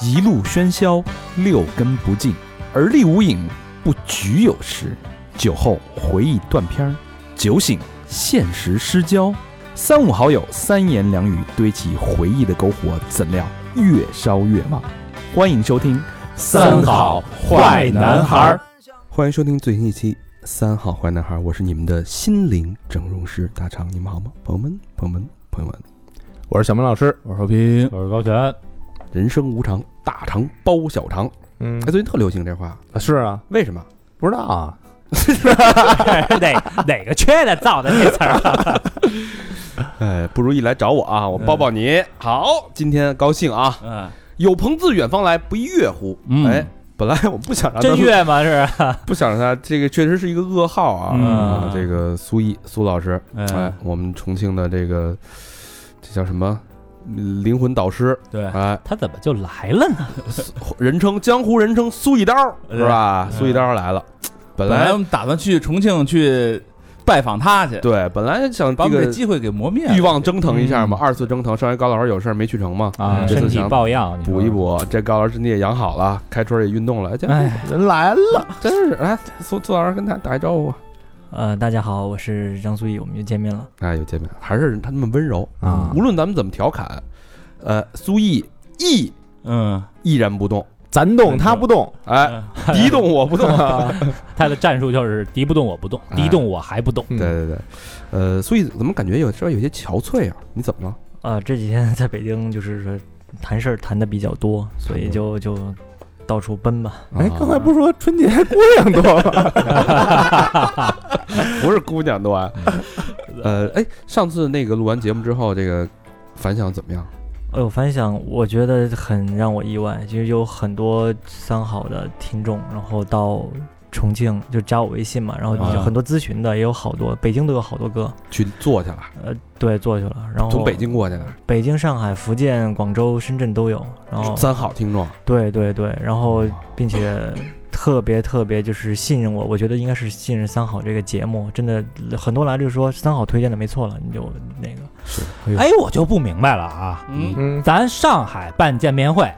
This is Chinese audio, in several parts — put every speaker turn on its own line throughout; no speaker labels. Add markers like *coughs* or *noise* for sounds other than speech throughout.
一路喧嚣，六根不净，而立无影，不局有时。酒后回忆断片儿，酒醒现实失焦。三五好友三言两语堆起回忆的篝火，怎料越烧越旺。欢迎收听《
三好坏男孩儿》。
欢迎收听最新一期《三好坏男孩》，我是你们的心灵整容师大肠，你们好吗？朋友们，朋友们，朋友们，
我是小明老师，
我是和平，
我是高泉。
人生无常，大肠包小肠。
嗯
哎，最近特流行这话，
是啊，
为什么？
不知道啊，
哪哪个缺的造的这词儿？
哎，不如意来找我
嗯
啊，我抱抱你。好，今天高兴啊，
嗯，
有朋自远方来，不亦乐乎？
嗯
哎，本来我不想
啊
让他
真月吗？是？
不想让他，这个确实是一个噩耗啊。
嗯
啊这个苏毅苏老师，
嗯
哎，我们重庆的这个这叫什么灵魂导师，
对，
哎，
他怎么就来了呢？
人称江湖人称苏一刀
哎
是吧？苏一刀来了，本
本来
来
我们打算去重庆去拜访他去，
对本来想
把
这
我们
个
这机会给磨灭
欲
了。
望蒸腾一下嘛，二次蒸腾。上回高老师有事儿没去成嘛，
啊，
这
身
次
体
想
抱恙，你说
补一。补。这高老师身体也养好了，开春也运动了，哎这
哎，
人来了，
真是哎，苏苏老师跟他打一招呼啊，
呃，大家好，我是张苏毅，我们又见面了。
哎，有见面还是他那么温柔
啊
无论咱们怎么调侃，呃，苏毅毅
嗯，
毅然不动，
咱动他不动，
哎，
啊
敌动我不动。
他的战术就是敌不动我不动，
哎
敌动我还不动。
嗯
对
啊
对对，呃，所以怎么感觉有稍微有些憔悴啊？你怎么了？
啊，这几天在北京就是说谈事儿谈的比较多，所以
嗯
就就到处奔吧。
哎，
啊
刚才不是说春节姑娘多吗？
不是姑娘 *laughs* 多，呃，哎，上次那个录完节目之后，这个反响怎么样？
哎呦，反响我觉得很让我意外，其实有很多三好的听众，然后到重庆就加我微信嘛，然后
啊
有很多咨询的也有好多，北京都有好多个，
去做去了，
呃，对，做去了。然后
从北、京过去的，
北京、上海、福建、广州、深圳都有。然后
三好听众，
对对对，然后
哇
并且特别特别就是信任我，我觉得应该是信任三好这个节目，真的很多来就说三好推荐的没错了，你就那个
哎，我就不明白了啊，
嗯
嗯，
咱上海办见面会，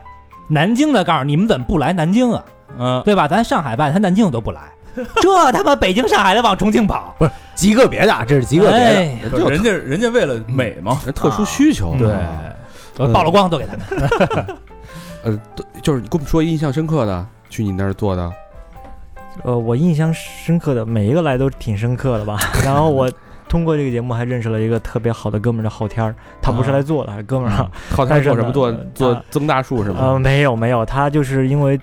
南京的告诉你们怎么不来南京啊，
嗯，
对吧？咱上海办，他南京都不
*laughs*
来，这他妈北京、上海的往重庆跑，不是
极个别的啊，这是极个别的，
哎，
人家有
人家人家为了美嘛，
人哎特殊需求，
哎
对
嗯
啊，
我曝了光都给他们。
呃就是你给我们说印象深刻的，去你那儿做的，
呃，我印象深刻的每一个来都挺深刻的吧。 *laughs* 然后我通过这个节目还认识了一个特别好的哥们儿叫昊天儿，他不是来做的，还是哥们儿啊，
靠他做什么？
但是呢
做
呃
做增大树嗯是
呃，
吗？
没有没有，他就是因为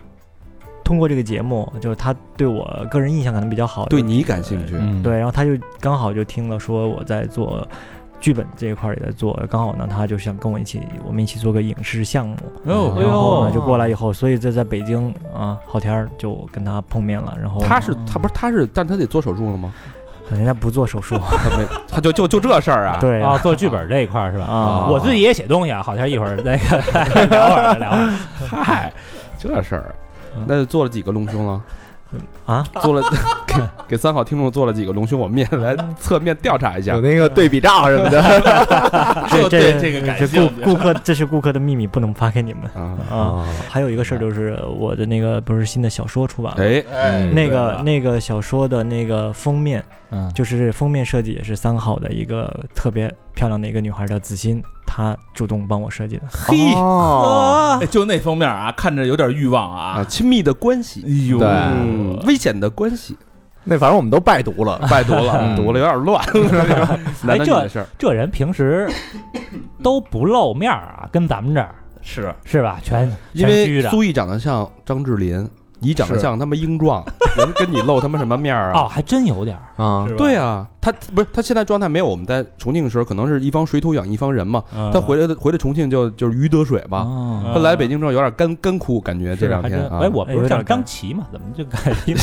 通过这个节目，就是他对我个人印象可能比较好，
对你感兴趣，
嗯，
对，然后他就刚好就听了说我在做剧本这一块儿也在做，刚好呢他就想跟我一起，我们一起做个影视项目，
哎呦
哦
哎
嗯然后呢
呦，
就过来以后，所以这在北京啊，好天儿就跟他碰面了，然后
他是他不是他是，但他得做手术了吗？
人家不做手
*laughs*
术，
他没，他就就就这事儿啊，
对
哦
啊，做剧本这一块儿是吧？
啊，
我自己也写东西啊，好像一会儿那个聊会儿聊会儿。
嗨，这事儿
嗯，
那就做了几个隆胸了？
啊，
做了给给三好听众做了几个隆胸，我们也来侧面调查一下
有。那个对比照什么的，
*laughs*
这
对
这
这个感
这
兴
顾
趣
顾客这是顾客的秘密，不能发给
*laughs*
你们
啊
啊。还有一个事儿就是我的那个不是新的小说出版了。
哎，
哎
那个那个小说的那个封面，
嗯
就是封面设计也是三好的一个特别漂亮的一个女孩叫子欣，她主动帮我设计的。
嘿
哦，
哎就那封面啊，看着有点欲望
啊，
啊，
亲密的关系，
哎呦，
对
嗯，危险的关系，
那反正我们都拜读了，
拜读了，
嗯
读了有点
*laughs*
乱，男男女女的事儿，
这人平时都不露面儿啊，跟咱们这儿
是
是吧？全
嗯因
全虚
为
着。
苏毅长得像张智霖，你长得
是
像他妈英
*laughs*
壮，人跟你露他妈什么面儿啊？
哦，还真有点儿。
啊，
是吧
对啊，他不是他现在状态没有我们在重庆的时候，可能是一方水土养一方人嘛。
嗯
他回来的回来重庆就就是鱼得水吧。
哦
他来北京之后有点干干枯，感觉这两
还
天
真
啊，
哎，我不
哎
是
有点
叫
儿
张琪嘛，怎么就改一
*laughs*
个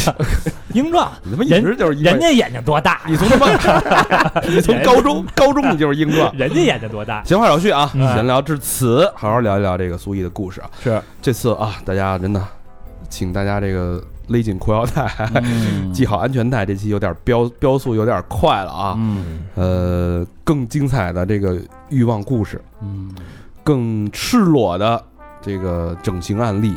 英壮？
你他妈一直就是一
人家眼睛多大
你
呀？*laughs*
从他妈，你从高中高中你就是英壮。
人家眼睛多大？
闲话少叙啊，
嗯
闲聊至此，好好聊一聊这个苏毅的故事啊。
是
这次啊，大家真的，请大家这个勒紧裤腰带，
嗯
系好安全带。这期有点飙飙速，有点快了啊。
嗯
呃，更精彩的这个欲望故事，
嗯，
更赤裸的这个整形案例，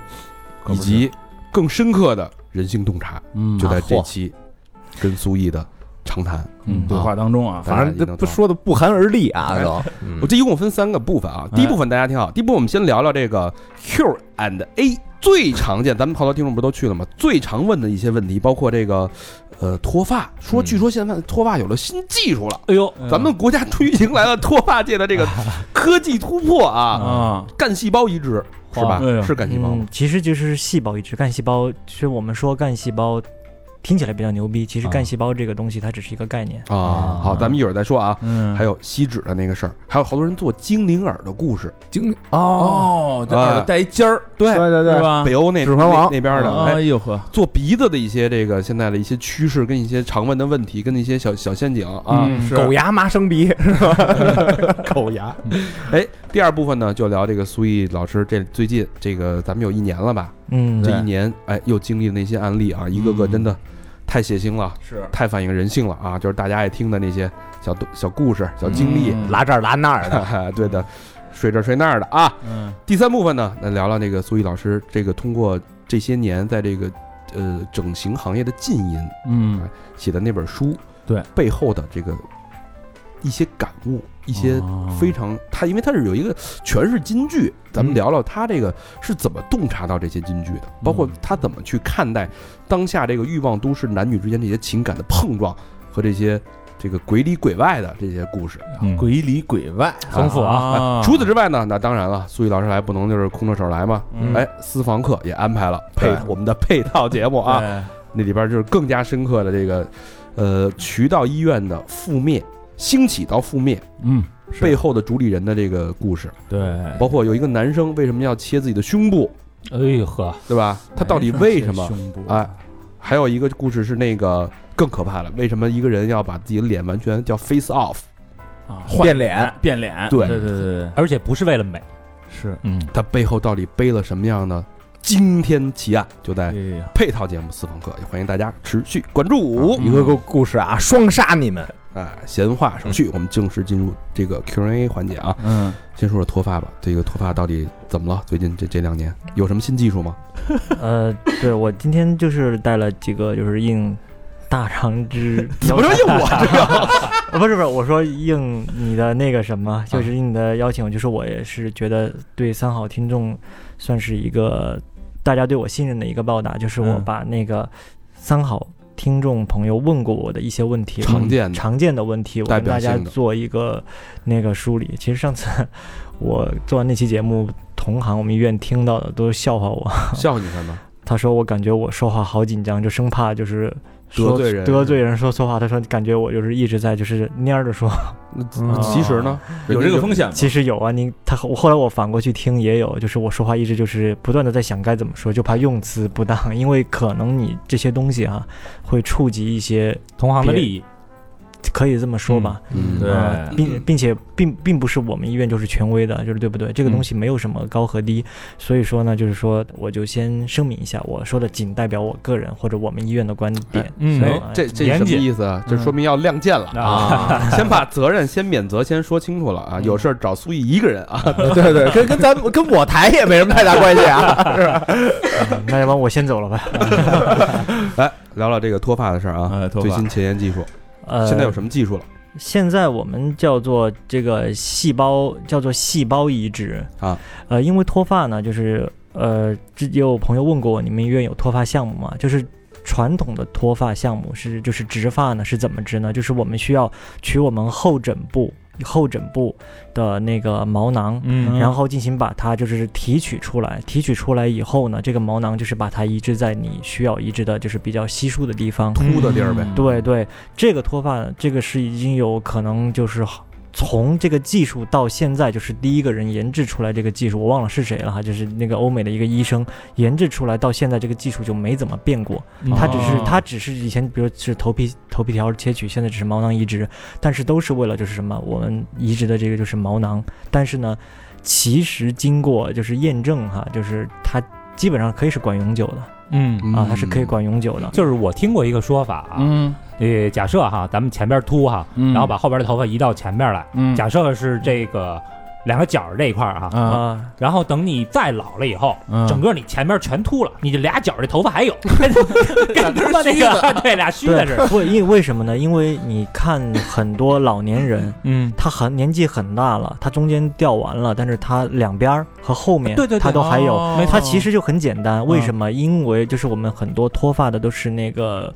可
以
不是啊
及更深刻的人性洞察，
嗯
就在这
嚯
期跟苏毅的长谈。
嗯，对
啊
话当中啊，
大
*laughs*
家
反正
也
这
能
不
懂
说的不寒而栗啊，都。
我这一共分三个部分啊，第一部分大家听好，第一部分我们先聊聊这个 Q and A 最常见，咱们好多听众不都去了吗？最常问的一些问题，包括这个呃脱发，说
嗯
据说现在脱发有了新技术了，
哎呦，
咱们国家终于迎来了脱发界的这个科技突破啊，
啊，
干细胞移植是吧
哎呀？
是干细胞吗
嗯？，其实就是细胞移植。干细胞，其实我们说干细胞听起来比较牛逼，其实
啊
干细胞这个东西它只是一个概念。
啊，好，咱们一会儿再说啊。
嗯，
还有吸脂的那个事儿，还有好多人做精灵耳的故事，
经哦，
哦，这
哎
耳朵带一尖儿，
对
对
对
是
对，
吧？
北欧那
指环王
那那边的，哎
哎呦呵，
做鼻子的一些这个现在的一些趋势，跟一些常问的问题，跟一些小小陷阱啊。
嗯是
狗牙麻生鼻是
*laughs*
吧？狗牙，
哎第二部分呢，就聊这个苏毅老师这最近这个咱们有一年了吧？
嗯，
这
对
一年哎，又经历了那些案例啊，一个个真
嗯
的太血腥了，
是
太反映人性了啊！就是大家爱听的那些小段小故事、小经历， *laughs*
嗯
拉这儿拉那儿的，
对的，睡这儿睡那儿的啊。
嗯，
第三部分呢，来聊聊那个苏毅老师这个通过这些年在这个呃整形行业的浸淫，
嗯，
写的那本书，
对
背后的这个一些感悟，一些
哦
非常他，因为他是有一个全是金句，咱们
嗯
聊聊他这个是怎么洞察到这些金句
嗯
的，包括他怎么去看待当下这个欲望都市男女之间这些情感的碰撞和这些这个鬼里鬼外的这些故事。哎
嗯
鬼里鬼外，
丰富啊，
除此之外呢，那当然了，苏毅老师来不能就是空着手来嘛。
嗯
哎，私房课也安排了配
对
我们的配套节目啊，
啊，
那里边就是更加深刻的这个，呃，渠道医院的覆灭、兴起到覆灭
嗯，
背后的主理人的这个故事，
对，
哎
包括有一个男生为什么要切自己的胸部，
哎呦呵，
对吧？他到底为什么？
哎胸部
哎，还有一个故事是那个更可怕的，为什么一个人要把自己的脸完全叫 face off？
啊，换
变脸，
变脸，
对
对对对，
而且不是为了美，
是，
嗯，
他背后到底背了什么样的惊天奇案？就
哎
在
呀，
配套节目私房课，也欢迎大家持续关注。
一个个故事啊，双杀你们，
哎，闲话少叙，我们正式进入这个 Q&A 环节啊。
嗯，
先说说脱发吧，这个脱发到底怎么了？最近这这两年有什么新技术吗？
呃，对我今天就是带了几个，就是应大
*laughs*
肠之
怎么说用我这个？
呃不是不是，我说应你的那个什么，
啊
就是应你的邀请，就是我也是觉得对三好听众算是一个大家对我信任的一个报答，就是我
嗯
把那个三好听众朋友问过我的一些问题，嗯
常见的
常见的问题，我
代
跟
表
大家
性的
做一个那个梳理。其实上次 *laughs* 我做完那期节目，同行我们医院听到的都笑话我， *laughs*
笑话你什么？
他说我感觉我说话好紧张，就生怕就是说
得罪人
得罪人说错话。他说感觉我就是一直在就是蔫着说。
哦
那嗯其实呢，
有这个风
险，
险吗？
其实有啊，你他我后来我反过去听也有，就是我说话一直就是不断的在想该怎么说，就怕用词不当，因为可能你这些东西啊会触及一些，
同行的利益，
可以这么说吧。
嗯，
对
啊并并且并并不是我们医院就是权威的，就是对不对？这个东西没有什么高和低，所以说呢，就是说我就先声明一下，我说的仅代表我个人或者我们医院的观点。
嗯
所以
哎
啊
这这什么意思啊？这说明要亮剑了啊！先把责任、先免责先说清楚了啊！有事儿找苏毅一个人啊！
*laughs* 对对，跟跟咱们跟我台也没什么太大关系啊，是吧？
那要不然我先走了吧。
来哎聊聊这个脱发的事儿啊，
哎，头
最
发
新前沿技术，
呃，
现在有什么技术了
现在我们叫做这个细胞叫做细胞移植
啊，
呃，因为脱发呢，就是呃，之也有朋友问过我，你们医院有脱发项目吗？就是传统的脱发项目是就是植发呢是怎么植呢？就是我们需要取我们后枕部后枕部的那个毛囊。
嗯
然后进行把它就是提取出来，提取出来以后呢，这个毛囊就是把它移植在你需要移植的，就是比较稀疏的地方。
秃的地儿呗？
对对，这个脱发，这个是已经有可能就是好从这个技术到现在，就是第一个人研制出来这个技术，我忘了是谁了哈，就是那个欧美的一个医生研制出来，到现在这个技术就没怎么变过，
哦
嗯
它只是它只是以前比如是头皮头皮条切取，现在只是毛囊移植，但是都是为了就是什么，我们移植的这个就是毛囊，但是呢，其实经过就是验证哈，就是它基本上可以是管永久的
嗯，
啊，它是可以管永久的。
就是我听过一个说法啊，
嗯
呃，假设哈，咱们前边秃哈，
嗯，
然后把后边的头发移到前边来，
嗯
假设是这个
两个角儿这一块儿啊，
啊，
啊，
然后等你再老了以后，
嗯
整个你前面全秃了，你这俩角儿这头发还有，跟他妈那个 *laughs* 对俩须子似的。
不，因为什么呢？因为你看很多老年人，
*laughs* 嗯
他很年纪很大了，他中间掉完了，但是他两边儿和后面，
对对对
他都还有
哦嗯没。错
他其实就很简单，为什么？因为就是我们很多脱发的都是那个。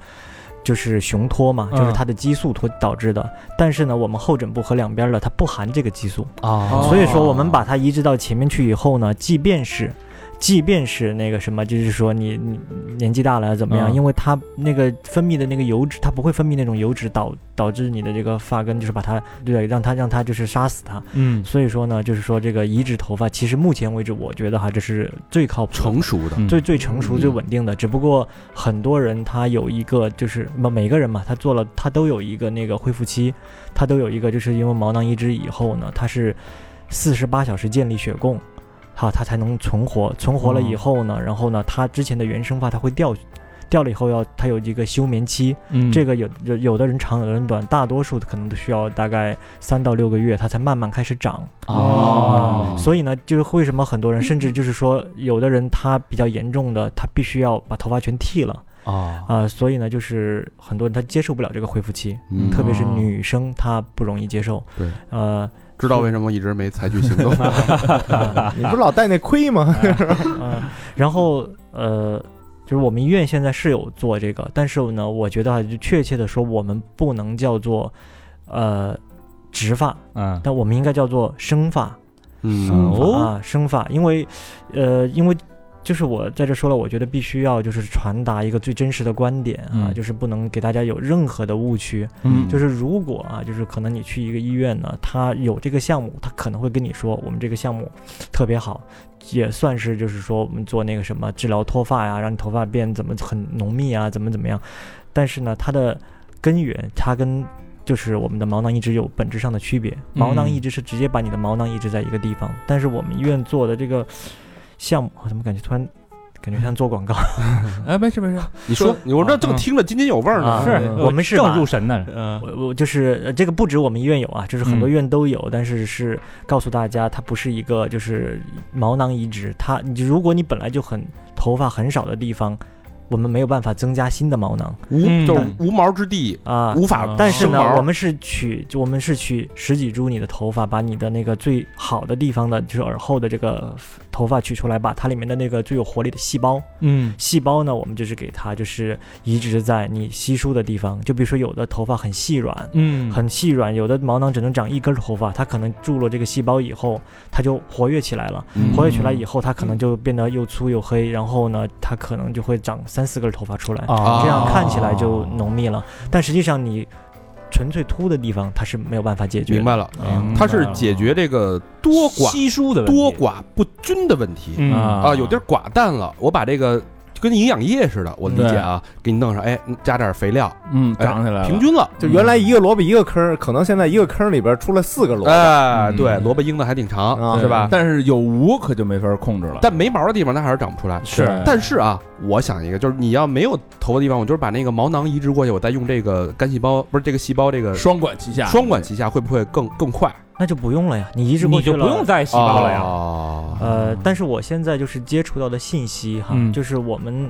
就是雄脱嘛，就是
嗯
它的激素脱导致的。但是呢，我们后枕部和两边儿的它不含这个激素，
嗯
哦
所以说我们把它移植到前面去以后呢，即便是。即便是那个什么，就是说你你年纪大了怎么样？
嗯
因为它那个分泌的那个油脂，它不会分泌那种油脂导导致你的这个发根，就是把它对让它让它就是杀死它。
嗯
所以说呢，就是说这个移植头发，其实目前为止我觉得哈，这是最靠谱的、
成熟的，
最最成熟、
嗯
最稳定的。只不过很多人他有一个就是每每个人嘛，他做了他都有一个那个恢复期，他都有一个就是因为毛囊移植以后呢，他是四十八小时建立血供。好，他才能存活。存活
哦
了以后呢，然后呢，他之前的原生发它会掉，掉了以后要它有一个休眠期。
嗯
这个有有有的人长，有的人短，大多数可能都需要大概三到六个月，它才慢慢开始长。
哦
所以呢，就是为什么很多人，甚至就是说，有的人他比较严重的，他必须要把头发全剃了
啊，
啊、所以呢，就是很多人他接受不了这个恢复期，
嗯
特别是
哦
女生她不容易接受。
对，
呃， *laughs*
知道为什么一直没采取行动？
你不是老戴那盔吗？
嗯，呃然后呃，就是我们医院现在是有做这个，但是呢，我觉得啊，就确切的说，我们不能叫做呃植发，
嗯
但我们应该叫做生发。
嗯，
哦
啊，生发，因为呃，因为就是我在这说了，我觉得必须要就是传达一个最真实的观点啊，
嗯
就是不能给大家有任何的误区。
嗯
就是如果啊，就是可能你去一个医院呢，他有这个项目，他可能会跟你说，我们这个项目特别好，也算是就是说我们做那个什么治疗脱发呀，让你头发变怎么很浓密啊，怎么怎么样。但是呢，它的根源，它跟就是我们的毛囊移植有本质上的区别。毛囊移植是直接把你的毛囊移植在一个地方，但是我们医院做的这个项目，我怎么感觉突然感觉像做广告？
哎没事没事
你说，我这正听着津津有味儿呢
啊。
是
嗯我们是把
正入神呢，
嗯
我我就是呃这个不止我们医院有啊，就是很多
嗯
医院都有，但是是告诉大家，它不是一个就是毛囊移植，它你如果你本来就很头发很少的地方，我们没有办法增加新的毛囊
无
嗯
就是无毛之地，
啊。
无法
啊
但是
生
呢，
毛
我们是取我们是取十几株你的头发，把你的那个最好的地方的，就是耳后的这个头发取出来，把它里面的那个最有活力的细胞
嗯
细胞呢，我们就是给它就是移植在你稀疏的地方，就比如说有的头发很细软，
嗯
很细软，有的毛囊只能长一根头发，它可能注入了这个细胞以后，它就活跃起来了，
嗯
活跃起来以后，它可能就变得又粗又黑，然后呢，它可能就会长三四根头发出来，
啊
这样看起来就浓密了，但实际上你纯粹秃的地方它是没有办法解决的。啊
明白嗯了，
嗯
明白
它是解决这个多寡
稀疏的问题
多寡不均的问题
嗯
啊，有地儿寡淡了，我把这个。就跟营养液似的，我理解啊，给你弄上，哎，加点肥料，
嗯
哎
长起
啊
来了
平均了，
嗯
就原来一个萝卜一个坑儿，可能现在一个坑儿里边出了四个萝卜
哎，
嗯
对，萝卜缨子还挺长，
啊
是吧？
但是有无可就没法控制了
但没毛的地方它还是长不出来。
是
但是啊，我想一个，就是你要没有头的地方，我就是把那个毛囊移植过去，我再用这个干细胞，不是这个细胞，这个
双管齐下
双管齐下，会不会更更快？
那就不用了呀，你移植过
你
去
就
了，
不用再啊细胞了呀。
哦，
呃，但是我现在就是接触到的信息哈，
嗯
就是我们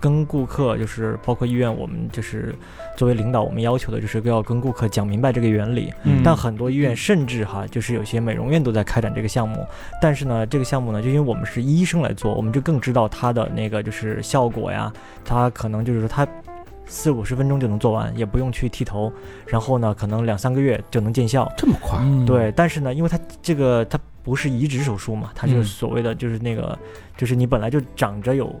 跟顾客，就是包括医院，我们就是作为领导，我们要求的就是要跟顾客讲明白这个原理。
嗯
但很多医院甚至哈，就是有些美容院都在开展这个项目，但是呢，这个项目呢，就因为我们是医生来做，我们就更知道它的那个就是效果呀，它可能就是说它。四五十分钟就能做完，也不用去剃头，然后呢，可能两三个月就能见效。
这么快？
嗯
对，但是呢，因为它这个它不是移植手术嘛，它就是
嗯
所谓的就是那个，就是你本来就长着有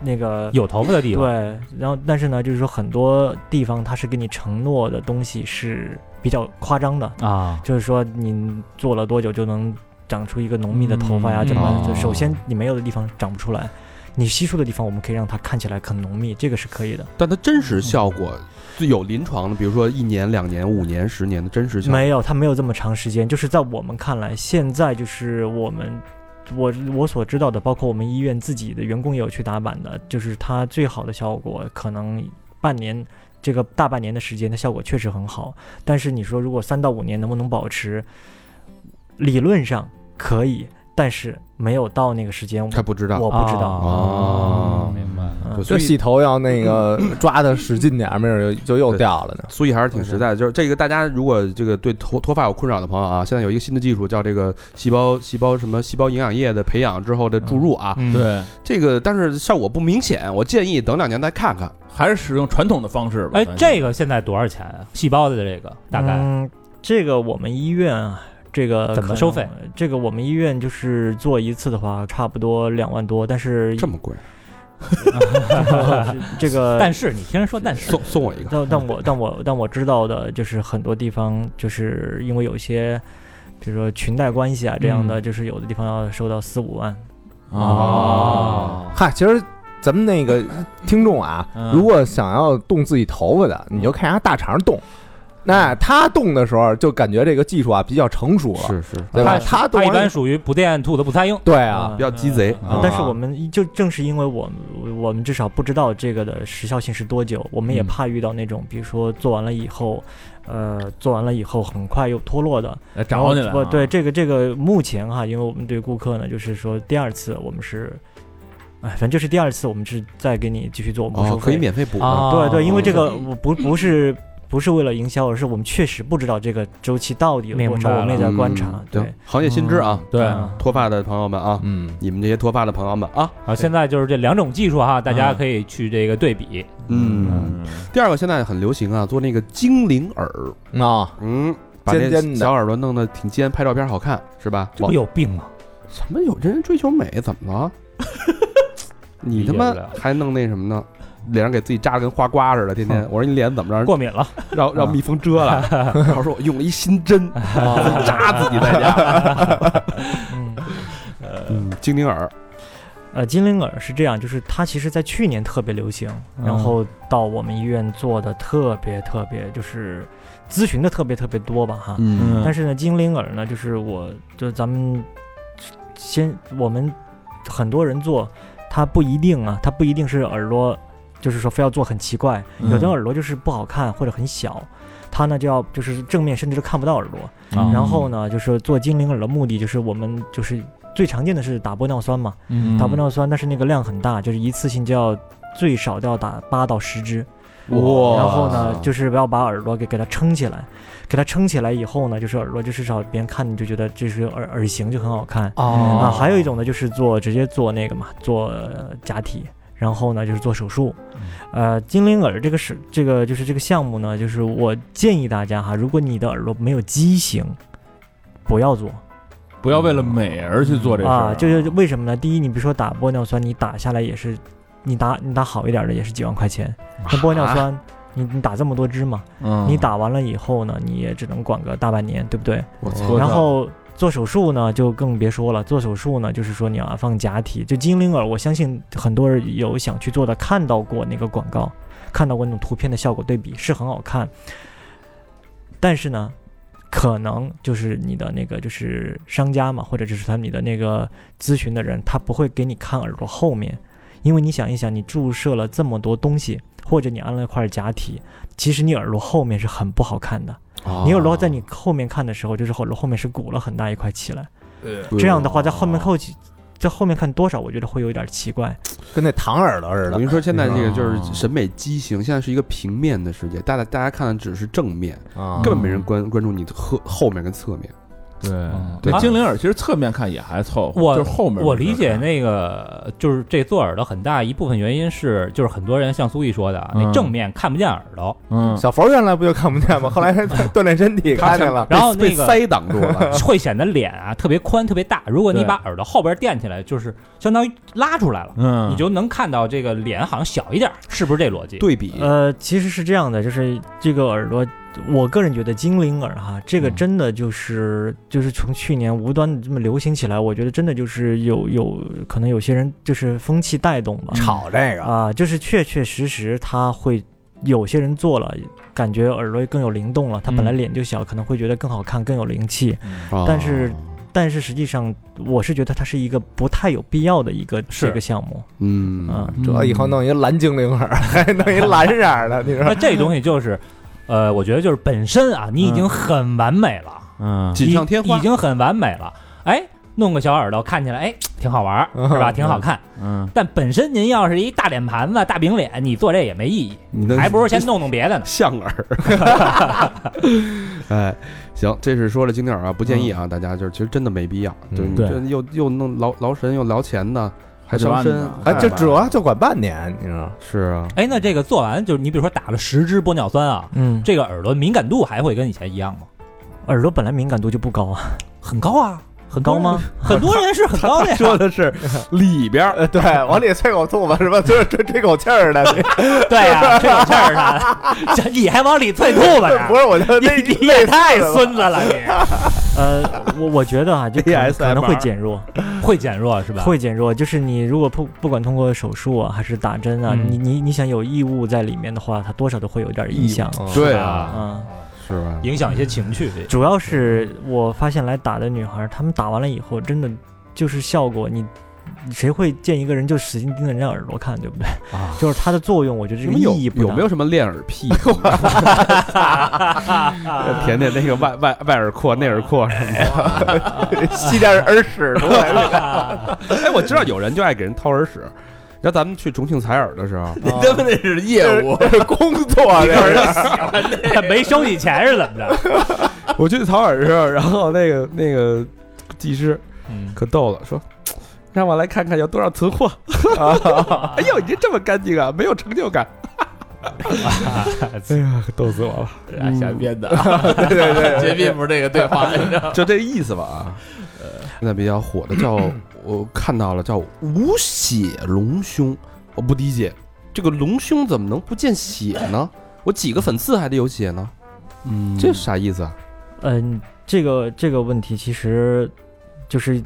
那个
有头发的地
对
方，，
然后但是呢，就是说很多地方它是给你承诺的东西是比较夸张的，
啊，
就是说你做了多久就能长出一个浓密的头发呀，
嗯
怎么
嗯？
就首先你没有的地方长不出来。你稀疏的地方，我们可以让它看起来很浓密，这个是可以的。
但它真实效果就有临床的，比如说一年、两年、五年、十年的真实效果。
没有，它没有这么长时间。就是在我们看来，现在就是我们我我所知道的，包括我们医院自己的员工也有去打板的，就是它最好的效果可能半年。这个大半年的时间，它效果确实很好，但是你说如果三到五年能不能保持，理论上可以，但是没有到那个时间，我
他不知道
我不知
啊
道。
哦
明白。
嗯
对所
这
以
洗头要那 *clears throat* 个抓的使劲点儿，没准儿就就又掉了呢。
所以还是挺实在的。就是这个，大家如果这个对脱脱发有困扰的朋友啊，现在有一个新的技术叫这个细胞细胞什么细胞营养液的培养之后的注入啊，
嗯，
对，
这个但是效果不明显，我建议等两年再看看。
还是使用传统的方式吧。
哎，这
个
个现在多少钱啊？细胞的这个大概
嗯，这个我们医院啊，这个
怎么
可能
收费？
这个我们医院就是做一次的话，差不多两万多，但是
这么贵，
这个
但是你听人说，但是
送送我一个。
但但我但我但我知道的就是很多地方就是因为有一些，比如说裙带关系啊这样的，就是有的地方要收到四五万。
哦，
嗨，其实咱们那个听众啊
嗯，
如果想要动自己头发的，你就看人家大肠动。那他动的时候，就感觉这个技术啊比较成熟了，
是是，
对吧？
他
动
它一
完
般属于不电兔子不撒鹰，嗯
对啊，
比较鸡贼。
啊
啊
但是我们就正是因为我们我们至少不知道这个的时效性是多久，我们也
嗯
怕遇到那种，比如说做完了以后，呃，做完了以后很快又脱落的，
来啊找你
了。
了。
不对，，这个这个目前哈，因为我们对顾客呢，就是说第二次我们是，哎，反正就是第二次我们是再给你继续做，我们不
哦，
收费。
可以免费补
啊
对对，因为这个
哦
我不不是不是为了营销，而是我们确实不知道这个周期到底有多
明
长，
白
我们也在观察
嗯。
对，，
行业新知啊，
对
嗯
脱发的朋友们啊，
嗯，
你们这些脱发的朋友们啊，
啊，现在就是这两种技术哈，大家可以去这个对比。
嗯，第二个现在很流行啊，做那个精灵耳，
啊，
嗯，把
尖
这
尖的
小耳朵弄得挺尖，拍照片好看是吧？
这不有病吗？
什么有这人追求美怎么了？你他妈
理解不了
还弄那什么呢？脸上给自己扎的跟花瓜似的，天天我说你脸怎么让人
过敏了，
让让蜜蜂蛰了？然后说我用了一新针扎自己在家。
嗯，
嗯，精灵耳，
呃，精灵耳是这样，就是它其实在去年特别流行，然
嗯
后到我们医院做的特别特别，就是咨询的特别特别多吧哈。
嗯
嗯，
但是呢，精灵耳呢，就是我就咱们先我们很多人做，它不一定啊，它不一定是耳朵，就是说非要做很奇怪，
嗯
有的耳朵就是不好看或者很小，它呢就要就是正面甚至都看不到耳朵。
嗯
然后呢，就是做精灵耳的目的就是我们就是最常见的是打玻尿酸嘛，
嗯
打玻尿酸，但是那个量很大，就是一次性就要最少都要打八到十支。
哦
哇
然后呢，就是要把耳朵给给它撑起来，给它撑起来以后呢，就是耳朵就至少别人看你就觉得这是耳耳型就很好看
嗯
哦
啊。还有一种呢，就是做直接做那个嘛，做呃假体。然后呢，就是做手术，呃，精灵耳这个是这个就是这个项目呢，就是我建议大家哈，如果你的耳朵没有畸形，不要做
不要为了美而去做这事
啊。
儿
就是为什么呢？第一，你比如说打玻尿酸，你打下来也是，你打你打好一点的也是几万块钱，那玻尿酸你你打这么多支嘛，
嗯
你打完了以后呢，你也只能管个大半年，对不对？
哦
我操
然后做手术呢，就更别说了。做手术呢，就是说你要放假体，就精灵耳，我相信很多人有想去做的，看到过那个广告，看到过那种图片的效果对比是很好看，但是呢。可能就是你的那个，就是商家嘛，或者就是他们你的那个咨询的人，他不会给你看耳朵后面，因为你想一想，你注射了这么多东西，或者你安了一块假体，其实你耳朵后面是很不好看的。
哦
你有时候在你后面看的时候，就是后后面是鼓了很大一块起来，这样的话在后面后期。在后面看多少，我觉得会有点奇怪。
跟那糖耳朵似
我跟
的。
你说，现在这个就是审美畸形，现在是一个平面的世界，大家大家看的只是正面，
啊
根本没人关关注你后后面跟侧面。
对
啊
对，精灵耳其实侧面看也还凑合，
我
就是后面
我理解那个就是这做耳朵很大一部分原因是，就是很多人像苏毅说的啊，那
嗯
正面看不见耳朵，
嗯
小佛原来不就看不见吗？后来 *laughs* 锻炼身体看见了，
然后那
被被
个
腮挡住了，
*laughs*
会显得脸啊特别宽特别大。如果你
对
把耳朵后边垫起来，就是相当于拉出来了，
嗯，
你就能看到这个脸好像小一点，是不是这逻辑？
对
嗯
比
呃，其实是这样的，就是这个耳朵，我个人觉得精灵耳哈，这个真的就是就是从去年无端的这么流行起来，我觉得真的就是有有可能有些人就是风气带动吧，
炒这个
啊，就是确确实实他会有些人做了，感觉耳朵更有灵动了，他本来
嗯
脸就小，可能会觉得更好看，更有灵气。
哦
但是但是实际上，我是觉得它是一个不太有必要的一个
是
这个项目
嗯
啊。
嗯
这以后弄一蓝精灵耳，还弄一蓝色的，你说
*laughs* 那这东西就是，呃，我觉得就是本身啊，你已经很完美了，
嗯，
锦上添花
已，经很完美了。哎，弄个小耳朵看起来哎挺好玩儿是
嗯
吧？挺好看。
嗯，
但本身您要是一大脸盘子、大饼脸，你做这也没意义，
你的
还不如先弄弄别的呢。
象耳。 *laughs* 哎，行，这是说了经典啊，不建议啊，大家就是其实真的没必要，就是你
对
这又又弄劳劳神又劳钱的，还伤身，
哎，就
只
主要就管半年，你知道？
是啊，
哎，那这个做完就是你比如说打了十支玻尿酸啊，
嗯，
这个耳朵敏感度还会跟以前一样吗？
耳朵本来敏感度就不高啊，
很高啊，
很高吗？
很多人是很高的呀。
说的是里边儿
呃，对，往里吹口吐沫是吧？就是吹吹口气
*laughs*
儿的，
*laughs* 对呀，这有事儿呢， *laughs* 这你还往里啐吐
哎
沫呢？
不是？我
*laughs*
就那
你你也太孙子了， *laughs* 你
呃，我我觉得啊，就可能
ASMR
可能会减弱，
会减弱是吧？
会减弱。就是你如果不不管通过手术啊，还是打针啊，
嗯
你你你想有异物在里面的话，它多少都会有点影响。
对
啊
嗯，
是吧？
影响一些情 *laughs* 绪。
主要是我发现来打的女孩，她们打完了以后，真的就是效果，你谁会见一个人就使劲盯着人家耳朵看，对不对？
啊
就是它的作用，我觉得这
你
个
们有
意义不大。
有没有什么练耳癖？
啊
甜甜那个外外外耳廓、内耳廓什么的。
吸点耳屎出
啊
来了。
*laughs*
*laughs*
哎，我知道有人就爱给人掏耳屎。然后咱们去重庆采耳的时候，
他 *laughs* 们那是业务，
这是工作这是
*laughs* 没收你钱是怎么着？
我去采耳的时候，然后那个那个技师可逗了，说。让我来看看有多少存 *laughs* 货。哎呦，你这这么干净啊，没有成就感。哎呀，逗死我了！
瞎编
*laughs*
的，对对对，绝壁不是这个对话，你知道吗
就这意思吧啊。现在比较火的叫我看到了叫无血隆胸，我不理解这个隆胸怎么能不见血呢？我几个粉刺还得有血呢，
嗯，
这是啥意思啊？
嗯，这个这个问题其实就是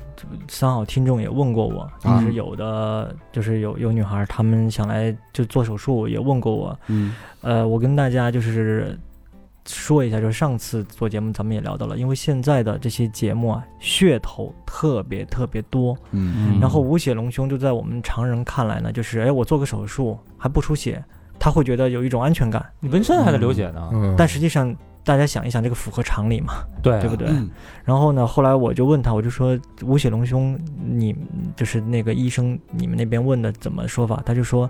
三好听众也问过我，就
啊
是有的就是有有女孩儿她们想来就做手术，也问过我。
嗯
呃，我跟大家就是说一下，就是上次做节目咱们也聊到了，因为现在的这些节目啊噱头特别特别多，
嗯
*laughs* 然后无血隆胸就在我们常人看来呢，就是哎我做个手术还不出血，他会觉得有一种安全感，
你纹身还在流血呢，
嗯
但实际上大家想一想，这个符合常理吗？
对
对不对？
嗯
然后呢，后来我就问他，我就说吴血隆胸，你就是那个医生，你们那边问的怎么说法？他就说，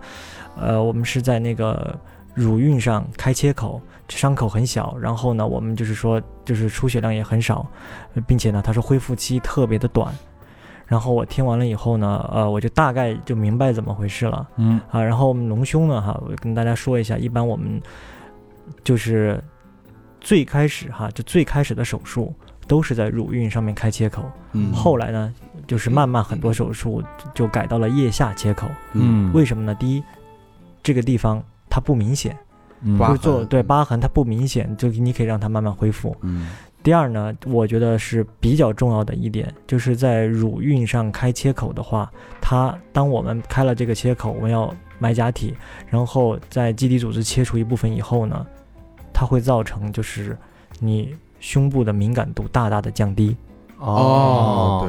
呃，我们是在那个乳晕上开切口，伤口很小，然后呢，我们就是说就是出血量也很少，呃并且呢，他说恢复期特别的短。然后我听完了以后呢，呃，我就大概就明白怎么回事了。
嗯
啊，然后我们隆胸呢，哈，我跟大家说一下，一般我们就是最开始哈，就最开始的手术都是在乳晕上面开切口，
嗯
后来呢，就是慢慢很多手术就改到了腋下切口，
嗯，
为什么呢？第一，这个地方它不明显，
嗯
八
就是做
痕
对疤痕它不明显，就你可以让它慢慢恢复。
嗯
第二呢，我觉得是比较重要的一点，就是在乳晕上开切口的话，它当我们开了这个切口，我们要埋假体，然后在基底组织切除一部分以后呢，它会造成就是你胸部的敏感度大大的降低。
哦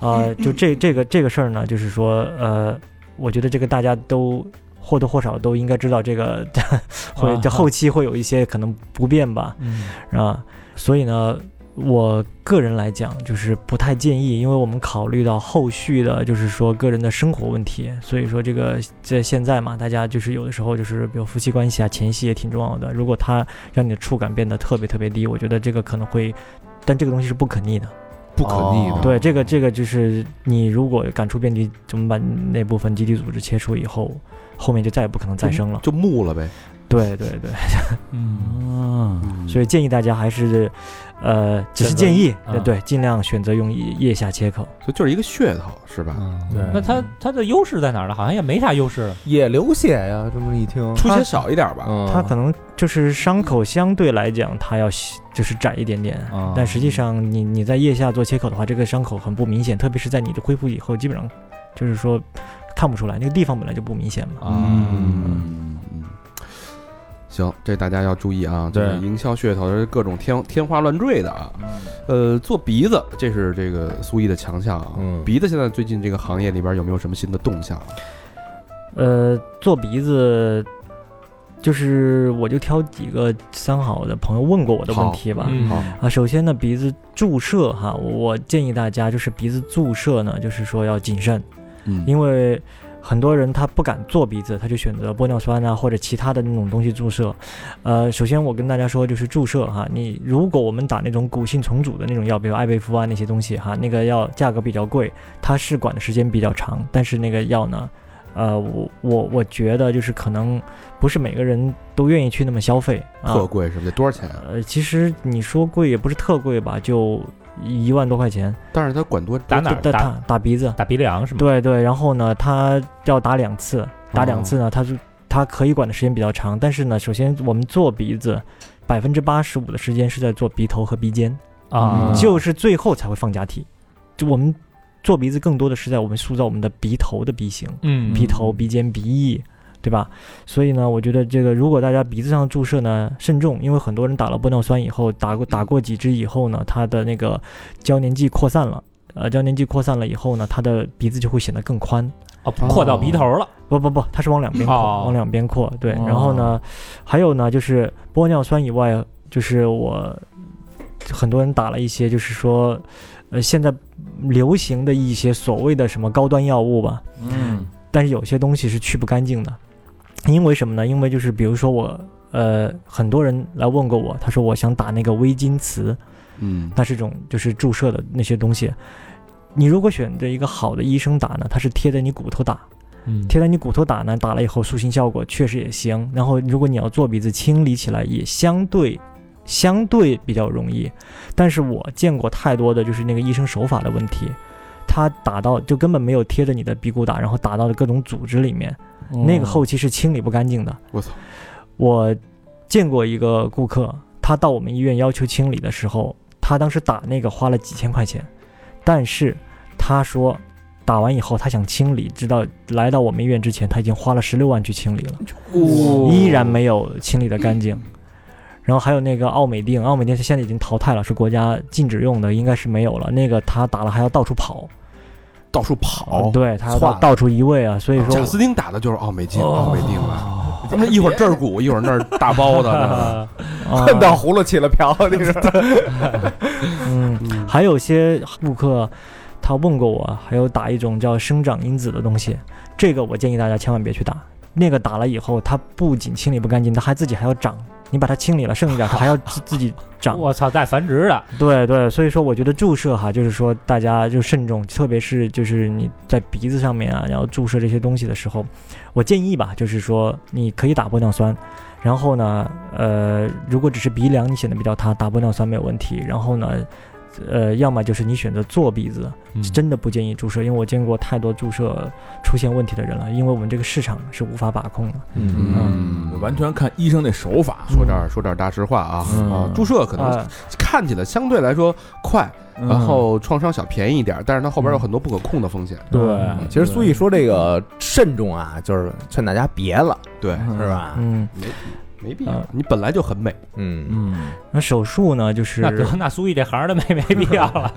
对，
呃，就这这个这个事儿呢，就是说，呃，我觉得这个大家都或多或少都应该知道，这个 *laughs* 会这后期会有一些可能不便吧，
嗯
啊，所以呢，我个人来讲就是不太建议，因为我们考虑到后续的，就是说个人的生活问题，所以说这个在现在嘛，大家就是有的时候就是比如夫妻关系啊，前戏也挺重要的，如果它让你的触感变得特别特别低，我觉得这个可能会，但这个东西是不可逆的。
不可逆
啊
的。
对，这个这个就是你如果感触变低，我们把那部分基底组织切除以后，后面就再也不可能再生了。
就木了呗，
对对对，
嗯
*laughs* 所以建议大家还是，呃，只是建议，
啊
对，尽量选择用腋腋下切口。
所以就是一个噱头，是
嗯
吧？
那它它的优势在哪儿呢？好像也没啥优势。
嗯也流血呀，这么一听，
出血少一点吧，
嗯，
它可能就是伤口相对来讲，它要细就是窄一点点，
啊
但实际上你你在腋下做切口的话，这个伤口很不明显，特别是在你的恢复以后，基本上就是说看不出来，那个地方本来就不明显嘛。
嗯
嗯，行，这大家要注意啊，这个
对
营销噱头是各种天天花乱坠的啊。
嗯
呃，做鼻子这是这个苏毅的强项啊。
嗯
鼻子现在最近这个行业啊里边有没有什么新的动向？
呃，做鼻子就是我就挑几个三好的朋友问过我的问题吧。
嗯
好
啊，首先呢，鼻子注射哈，我我建议大家就是鼻子注射呢，就是说要谨慎，
嗯
因为很多人他不敢做鼻子，他就选择玻尿酸啊或者其他的那种东西注射。呃，首先我跟大家说，就是注射哈，你如果我们打那种骨性重组的那种药，比如艾贝夫啊那些东西哈，那个药价格比较贵，它试管的时间比较长，但是那个药呢。呃，我我我觉得就是可能不是每个人都愿意去那么消费啊，
特贵是不是？得多少钱啊？
呃，其实你说贵也不是特贵吧，就一万多块钱。
但是它管多
打哪儿
打
打嗯
打打鼻子？
打鼻梁是吗？
对对，然后呢，他要打两次，打两次呢，
嗯
他就他可以管的时间比较长，但是呢，首先我们做鼻子。百分之八十五的时间是在做鼻头和鼻尖，
啊，
嗯就是最后才会放假体。就我们做鼻子更多的是在我们塑造我们的鼻头的鼻型。
嗯
鼻头、鼻尖、鼻翼，对吧？所以呢，我觉得这个如果大家鼻子上注射呢，慎重，因为很多人打了玻尿酸以后，打
嗯
过打过几支以后呢，它的那个胶粘剂扩散了，呃，胶粘剂扩散了以后呢，它的鼻子就会显得更宽。
哦，扩到鼻头了，
不不不，它是往两边扩，
哦
往两边扩。对，然后呢，还有呢，就是玻尿酸以外，就是我很多人打了一些，就是说，呃，现在流行的一些所谓的什么高端药物吧，
嗯，
但是有些东西是去不干净的，因为什么呢？因为就是比如说我，呃，很多人来问过我，他说我想打那个微晶瓷，
嗯
那是一种就是注射的那些东西。你如果选择一个好的医生打呢，他是贴着你骨头打，
嗯
贴在你骨头打呢，打了以后塑形效果确实也行。然后如果你要做鼻子清理起来，也相对相对比较容易。但是我见过太多的就是那个医生手法的问题，他打到就根本没有贴着你的鼻骨打，然后打到了各种组织里面，那个后期是清理不干净的。
我操！
我见过一个顾客，他到我们医院要求清理的时候，他当时打那个花了几千块钱，但是他说打完以后他想清理，直到来到我们医院之前，他已经花了十六万去清理了，
哦
*laughs*
依然没有清理的干净。然后还有那个奥美定，奥美定现在已经淘汰了，是国家禁止用的，应该是没有了。那个他打了还要到处跑，哦
到处跑。
对他要
窜
到到处移位啊，所以说
哦
哦
贾斯汀打的就是奥美定，奥美定啊，他妈一会儿这儿鼓，一会儿那儿大包
哦
*laughs*
的，
嗯
*laughs*
啊
恨到葫芦起了瓢，你说？
嗯，还有些顾客他问过我，还有打一种叫生长因子的东西，这个我建议大家千万别去打。那个打了以后，它不仅清理不干净，它还自己还要长。你把它清理了，剩一点它还要自自己长。
我操，带繁殖的，
对对，所以说我觉得注射哈，就是说大家就慎重，特别是就是你在鼻子上面啊，然后注射这些东西的时候，我建议吧，就是说你可以打玻尿酸，然后呢，呃，如果只是鼻梁你显得比较塌，打玻尿酸没有问题，然后呢。呃，要么就是你选择做鼻子，
嗯
真的不建议注射，因为我见过太多注射出现问题的人了，因为我们这个市场是无法把控的。
嗯
嗯
嗯我完全看医生那手法，
说点儿说点儿大实话啊啊！注射可能
嗯啊、
看起来相对来说快，
嗯
然后创伤小便宜一点儿，但是它后边有很多不可控的风险。嗯
嗯
对
其实苏毅说这个慎重啊，就是劝大家别了，
对，
是吧？
嗯，
没必要
啊，
你本来就很美。
嗯，
嗯，
那手术呢，就是
那得那苏毅这行的没没必要了，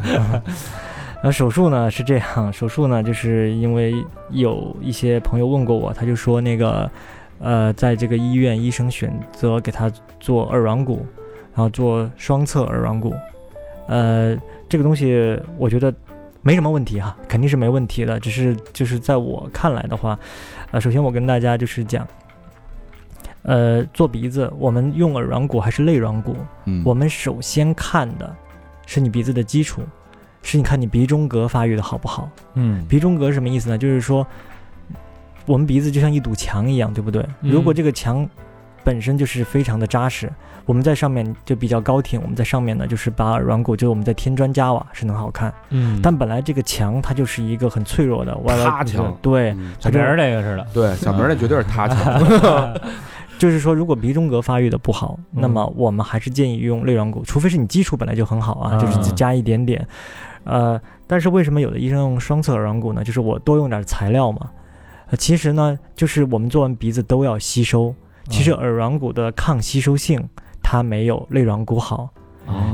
那手术呢是这样，手术呢就是因为有一些朋友问过我，他就说那个，呃，在这个医院医生选择给他做耳软骨，然后做双侧耳软骨，呃，这个东西我觉得没什么问题哈、啊肯定是没问题的，只是就是在我看来的话，呃，首先我跟大家就是讲。呃，做鼻子，我们用耳软骨还是肋软骨？
嗯
我们首先看的是你鼻子的基础，是你看你鼻中隔发育的好不好。
嗯，
鼻中隔是什么意思呢？就是说，我们鼻子就像一堵墙一样，对不对？
嗯
如果这个墙本身就是非常的扎实，我们在上面就比较高挺，我们在上面呢就是把耳软骨，就是我们在添砖加瓦是能好看。
嗯
但本来这个墙它就是一个很脆弱的歪
塌
歪
墙
对，
嗯
小明儿这个似的，
对，小明儿那绝对是他强。
*laughs* 就是说，如果鼻中隔发育的不好，
嗯
那么我们还是建议用肋软骨，除非是你基础本来就很好啊，
啊
就是只加一点点。呃，但是为什么有的医生用双侧耳软骨呢？就是我多用点材料嘛。呃其实呢，就是我们做完鼻子都要吸收，其实耳软骨的抗吸收性它没有肋软骨好，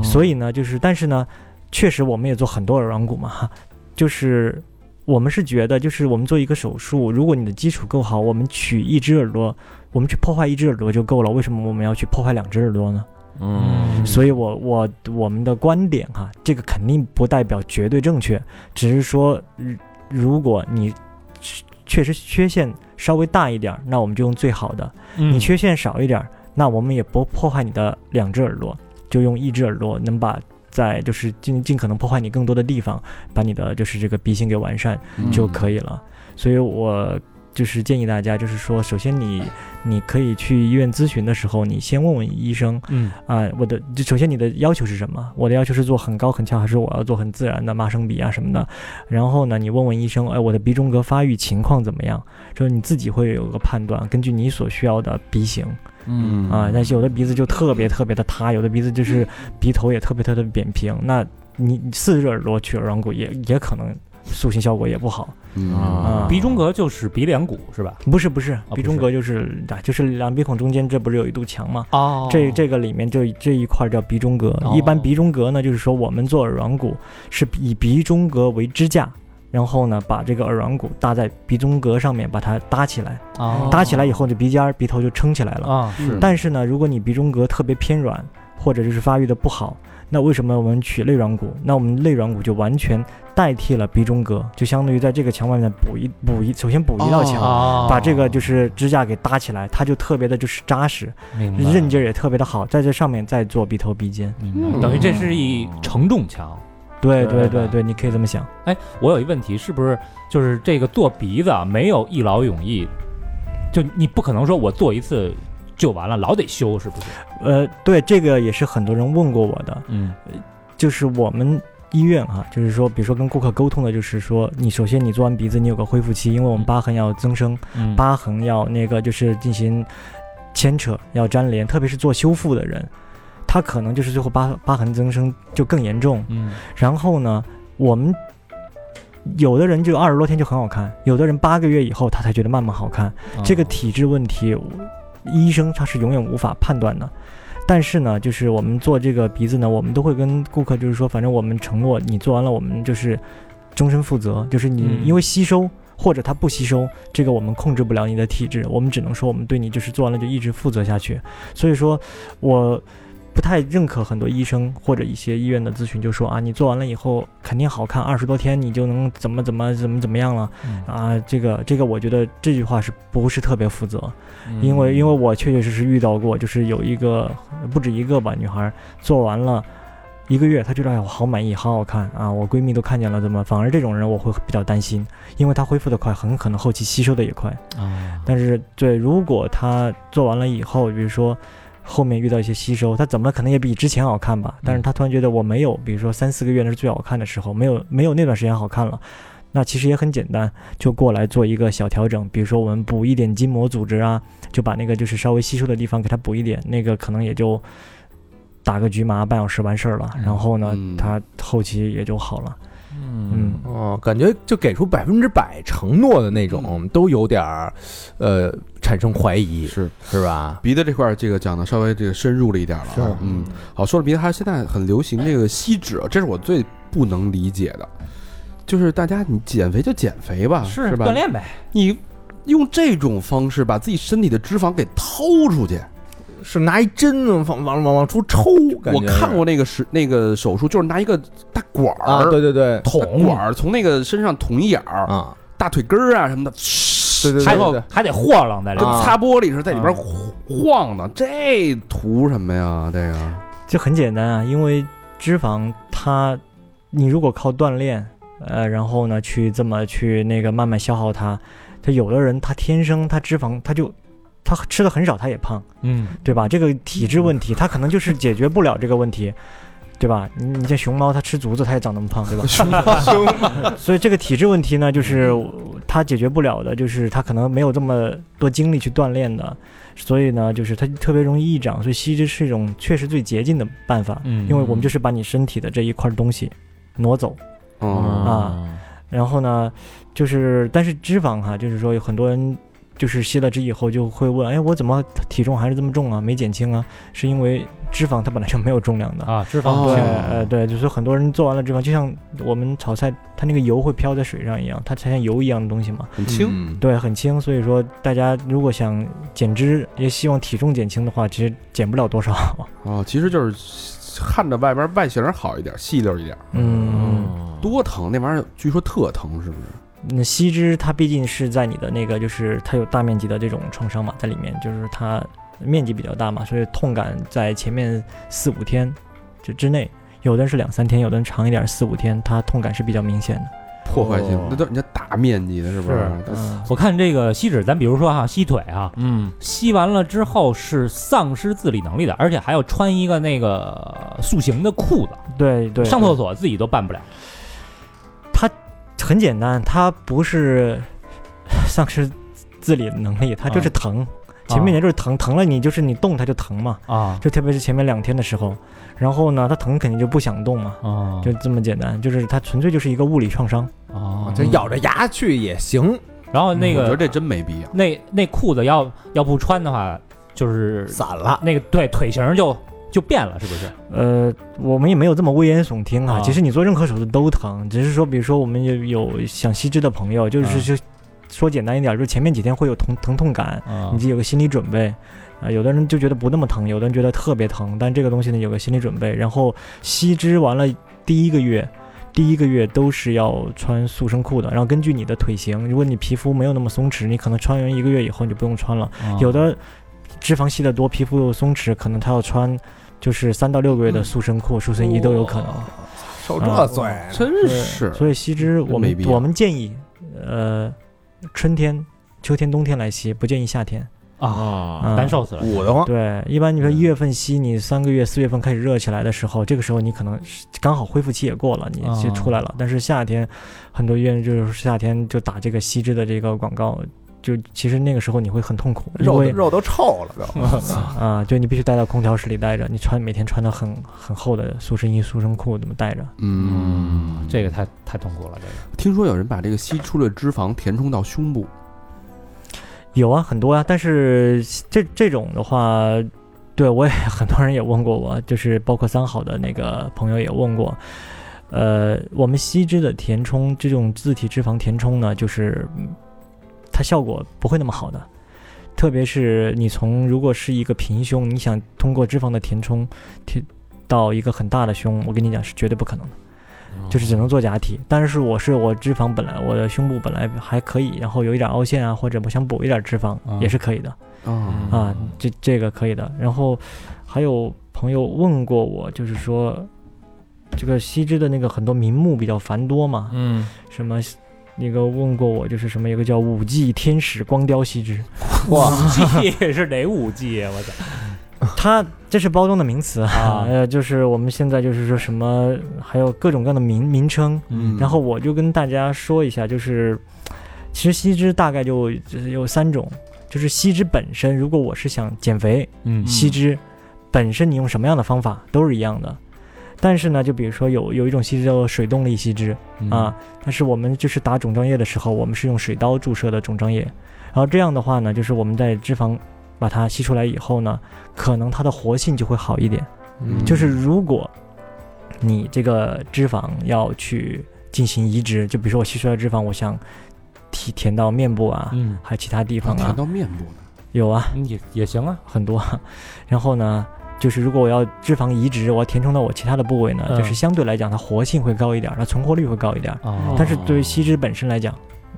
所以呢，就是但是呢，确实我们也做很多耳软骨嘛，哈，就是我们是觉得，就是我们做一个手术，如果你的基础够好，我们取一只耳朵，我们去破坏一只耳朵就够了。为什么我们要去破坏两只耳朵呢？
嗯
所以我我我们的观点哈，这个肯定不代表绝对正确，只是说，如如果你确实缺陷稍微大一点儿，那我们就用最好的；你
你
缺陷少一点儿，那我们也不破坏你的两只耳朵，就用一只耳朵能把在就是尽尽可能破坏你更多的地方，把你的就是这个鼻型给完善
嗯
就可以了。所以我就是建议大家，就是说，首先你你可以去医院咨询的时候，你先问问医生，
嗯
啊、我的就首先你的要求是什么？我的要求是做很高很翘，还是我要做很自然的麻生鼻啊什么
嗯
的？然后呢，你问问医生，哎，我的鼻中隔发育情况怎么样？就是你自己会有个判断，根据你所需要的鼻型
嗯
啊、那有的鼻子就特别特别的塌，有的鼻子就是鼻头也特别特别扁平，那你你四只耳朵取耳软骨也也可能塑形效果也不好。
嗯
啊
啊
鼻中隔就是鼻梁骨是吧？
不是不是，
不
鼻中
是
隔就是啊，就是两鼻孔中间这不是有一堵墙吗？
哦
这这个里面就这一块叫鼻中隔。
哦
一般鼻中隔呢，就是说我们做耳软骨是以鼻中隔为支架，然后呢把这个耳软骨搭在鼻中隔上面，把它搭起来，搭起来以后这鼻尖儿鼻头就撑起来了。
哦啊，
嗯是
但是呢，如果你鼻中隔特别偏软，或者就是发育的不好，那为什么我们取肋软骨？那我们肋软骨就完全代替了鼻中隔，就相当于在这个墙外面补一补一，首先补一道墙，
哦
把这个就是支架给搭起来，它就特别的就是扎实，
明白
韧劲儿也特别的好，在这上面再做鼻头鼻尖。
嗯等于这是一承重墙。
对
对对
对对对，你可以这么想。
哎，我有一问题，是不是就是这个做鼻子啊，没有一劳永逸，就你不可能说我做一次就完了，老得修，是不是？
呃，对，这个也是很多人问过我的，
嗯
就是我们。医院哈、就是说，比如说跟顾客沟通的，就是说，你首先你做完鼻子，你有个恢复期，因为我们疤痕要增生，
嗯
疤痕要那个就是进行牵扯，要粘连，特别是做修复的人，他可能就是最后疤疤痕增生就更严重。
嗯
然后呢，我们有的人就二十多天就很好看，有的人八个月以后他才觉得慢慢好看。
嗯
这个体质问题，我医生他是永远无法判断的。但是呢，就是我们做这个鼻子呢，我们都会跟顾客就是说，反正我们承诺你做完了，我们就是终身负责，就是你
嗯
因为吸收。或者它不吸收，这个我们控制不了你的体质，我们只能说我们对你就是做完了就一直负责下去。所以说，我不太认可很多医生或者一些医院的咨询，就说啊，你做完了以后肯定好看，二十多天你就能怎么怎么怎么怎么样了
嗯
啊。这个这个，我觉得这句话是不是特别负责？
嗯
因为因为我确确实实遇到过，就是有一个不止一个吧，女孩做完了。一个月，她觉得哎呀，我好满意，好好看啊！我闺蜜都看见了，怎么？反而这种人我会比较担心，因为她恢复的快，很可能后期吸收的也快。
嗯
啊
但是对，如果他做完了以后，比如说后面遇到一些吸收，他怎么了可能也比之前好看吧？但是他突然觉得我没有，比如说三四个月那是最好看的时候，没有没有那段时间好看了。那其实也很简单，就过来做一个小调整，比如说我们补一点筋膜组织啊，就把那个就是稍微吸收的地方给它补一点，那个可能也就打个局麻半小时完事儿了。然后呢
嗯，
他后期也就好了。嗯，
哦，感觉就给出百分之百承诺的那
嗯
种，都有点儿，呃，产生怀疑，
是
是吧？
鼻子这块儿这个讲的稍微这个深入了一点了啊，
是
嗯，好，说了鼻子，还有现在很流行这个吸脂，这是我最不能理解的，就是大家你减肥就减肥吧，是吧
锻？炼呗，
你用这种方式把自己身体的脂肪给掏出去，
是拿一针往往往往出抽，感
我
觉是
看过那个是那个手术，就是拿一个大管儿、
啊，对对对，
捅管儿从那个身上捅一眼儿、
啊，
大腿根儿啊什么的，
对对
还
对
然后
对
得还得晃浪在里
跟
面
啊
擦玻璃似的，在里边晃呢，这图什么呀？这个
这很简单啊，因为脂肪它，你如果靠锻炼，呃，然后呢去这么去那个慢慢消耗它，它有的人他天生他脂肪他就。他吃的很少，他也胖，
嗯
对吧？这个体质问题，他可能就是解决不了这个问题，对吧？你你这熊猫，它吃竹子，它也长那么胖，对吧？ *laughs* 所以这个体质问题呢，就是他解决不了的，就是他可能没有这么多精力去锻炼的，所以呢，就是他特别容易易长，所以吸脂是一种确实最捷径的办法，
嗯
因为我们就是把你身体的这一块东西挪走，
嗯
哦
啊
啊然后呢，就是但是脂肪哈、就是说有很多人。就是吸了脂以后就会问，哎，我怎么体重还是这么重啊？没减轻啊？是因为脂肪它本来就没有重量的。
啊，脂肪
哦
哦
不
对，
行。
嗯
呃，对，就是很多人做完了脂肪，就像我们炒菜，它那个油会飘在水上一样，它才像油一样的东西嘛。
很轻，
对，很轻。所以说，大家如果想减脂，也希望体重减轻的话，其实减不了多少。
哦，其实就是看着外边外形好一点，细溜一点，
嗯，
多疼那玩意儿，据说特疼，是不是？
那吸脂它毕竟是在你的那个，就是它有大面积的这种创伤嘛，在里面，就是它面积比较大嘛，所以痛感在前面四五天就之内，有的人是两三天，有的人长一点，四五天，它痛感是比较明显的。
破坏性
嗯
哦，
那都人家大面积的，是不啊
是
它
嗯，
我看这个吸脂，咱比如说哈，吸腿哈，
嗯，
吸完了之后是丧失自理能力的，而且还要穿一个那个呃塑形的裤子，
对对，
上厕所自己都办不了。
很简单，它不是丧失自理能力，它就是疼。前面人就是疼，疼了你就是你动它就疼嘛，
啊
就特别是前面两天的时候，然后呢，它疼肯定就不想动嘛，
啊
就这么简单，就是它纯粹就是一个物理创伤。
啊！
这咬着牙去也行，
然后那
我觉得
个
这真没必要。
那那裤子要要不穿的话，就是
散了。
那个对腿型就就变了，是不是？
呃，我们也没有这么危言耸听啊。
啊
其实你做任何手术都疼，只是说，比如说我们有有想吸脂的朋友，就是
啊
就说简单一点，就是前面几天会有疼疼痛感，
啊
嗯你自己有个心理准备。啊、有的人就觉得不那么疼，有的人觉得特别疼，但这个东西呢有个心理准备。然后吸脂完了第一个月，第一个月都是要穿塑身裤的。然后根据你的腿型，如果你皮肤没有那么松弛，你可能穿完一个月以后你就不用穿了。
啊
有的脂肪吸得多，皮肤又松弛，可能他要穿就是三到六个月
嗯
的塑身裤、塑身衣都有可能。
受这罪呢，
真
对
是，
所以吸脂，
真
我
没
们
必要
我们建议，呃，春天、秋天、冬天来吸，不建议夏天。
啊，
嗯
难受死了。
捂得慌。
对，一般你说一月份吸，你三个月、四月份开始热起来的时候，这个时候你可能是刚好恢复期也过了，你就出来了。但是夏天，很多医院就是夏天就打这个吸脂的这个广告，就其实那个时候你会很痛苦，因
肉
为
肉都臭了都，
啊、就你必须待到空调室里待着，你穿每天穿的很很厚的塑身衣、塑身裤怎么待着？
嗯，
这个太太痛苦了，这
*laughs*
个
听说有人把这个吸出的脂肪填充到胸部，
有啊，很多啊，但是这这种的话，对我也 *laughs* 很多人也问过我，就是包括三好的那个朋友也问过，呃，我们吸脂的填充这种自体脂肪填充呢，就是嗯它效果不会那么好的。特别是你从如果是一个平胸，你想通过脂肪的填充填到一个很大的胸，我跟你讲是绝对不可能的，就是只能做假体。但是我是我脂肪本来我的胸部本来还可以，然后有一点凹陷啊，或者我想补一点脂肪、
啊
也是可以的
嗯
啊，
啊，这这个可以的。然后还有朋友问过我，就是说这个吸脂的那个很多名目比较繁多嘛，
嗯，
什么那个问过我就是什么有个叫五 G 天使光雕吸脂。
五 G 是哪五 G 啊？我操！
它这是包装的名词
啊
*laughs* 呃，就是我们现在就是说什么，还有各种各样的名名称。
嗯
然后我就跟大家说一下，就是其实吸脂大概就就是有三种，就是吸脂本身，如果我是想减肥，
嗯
吸脂本身你用什么样的方法都是一样的。但是呢，就比如说有有一种吸脂叫做水动力吸脂
嗯
啊，但是我们就是打肿胀液的时候，我们是用水刀注射的肿胀液，然后这样的话呢，就是我们在脂肪把它吸出来以后呢，可能它的活性就会好一点。
嗯
就是如果你这个脂肪要去进行移植，就比如说我吸出来的脂肪，我想提填到面部啊，
嗯，
还有其他地方
填
啊，
到面部呢，
有啊，
也也行啊。
很多。 *laughs* 然后呢，就是如果我要脂肪移植，我要填充到我其他的部位呢，
嗯
就是相对来讲它活性会高一点，它存活率会高一点。
啊
但是对于吸脂本身来讲，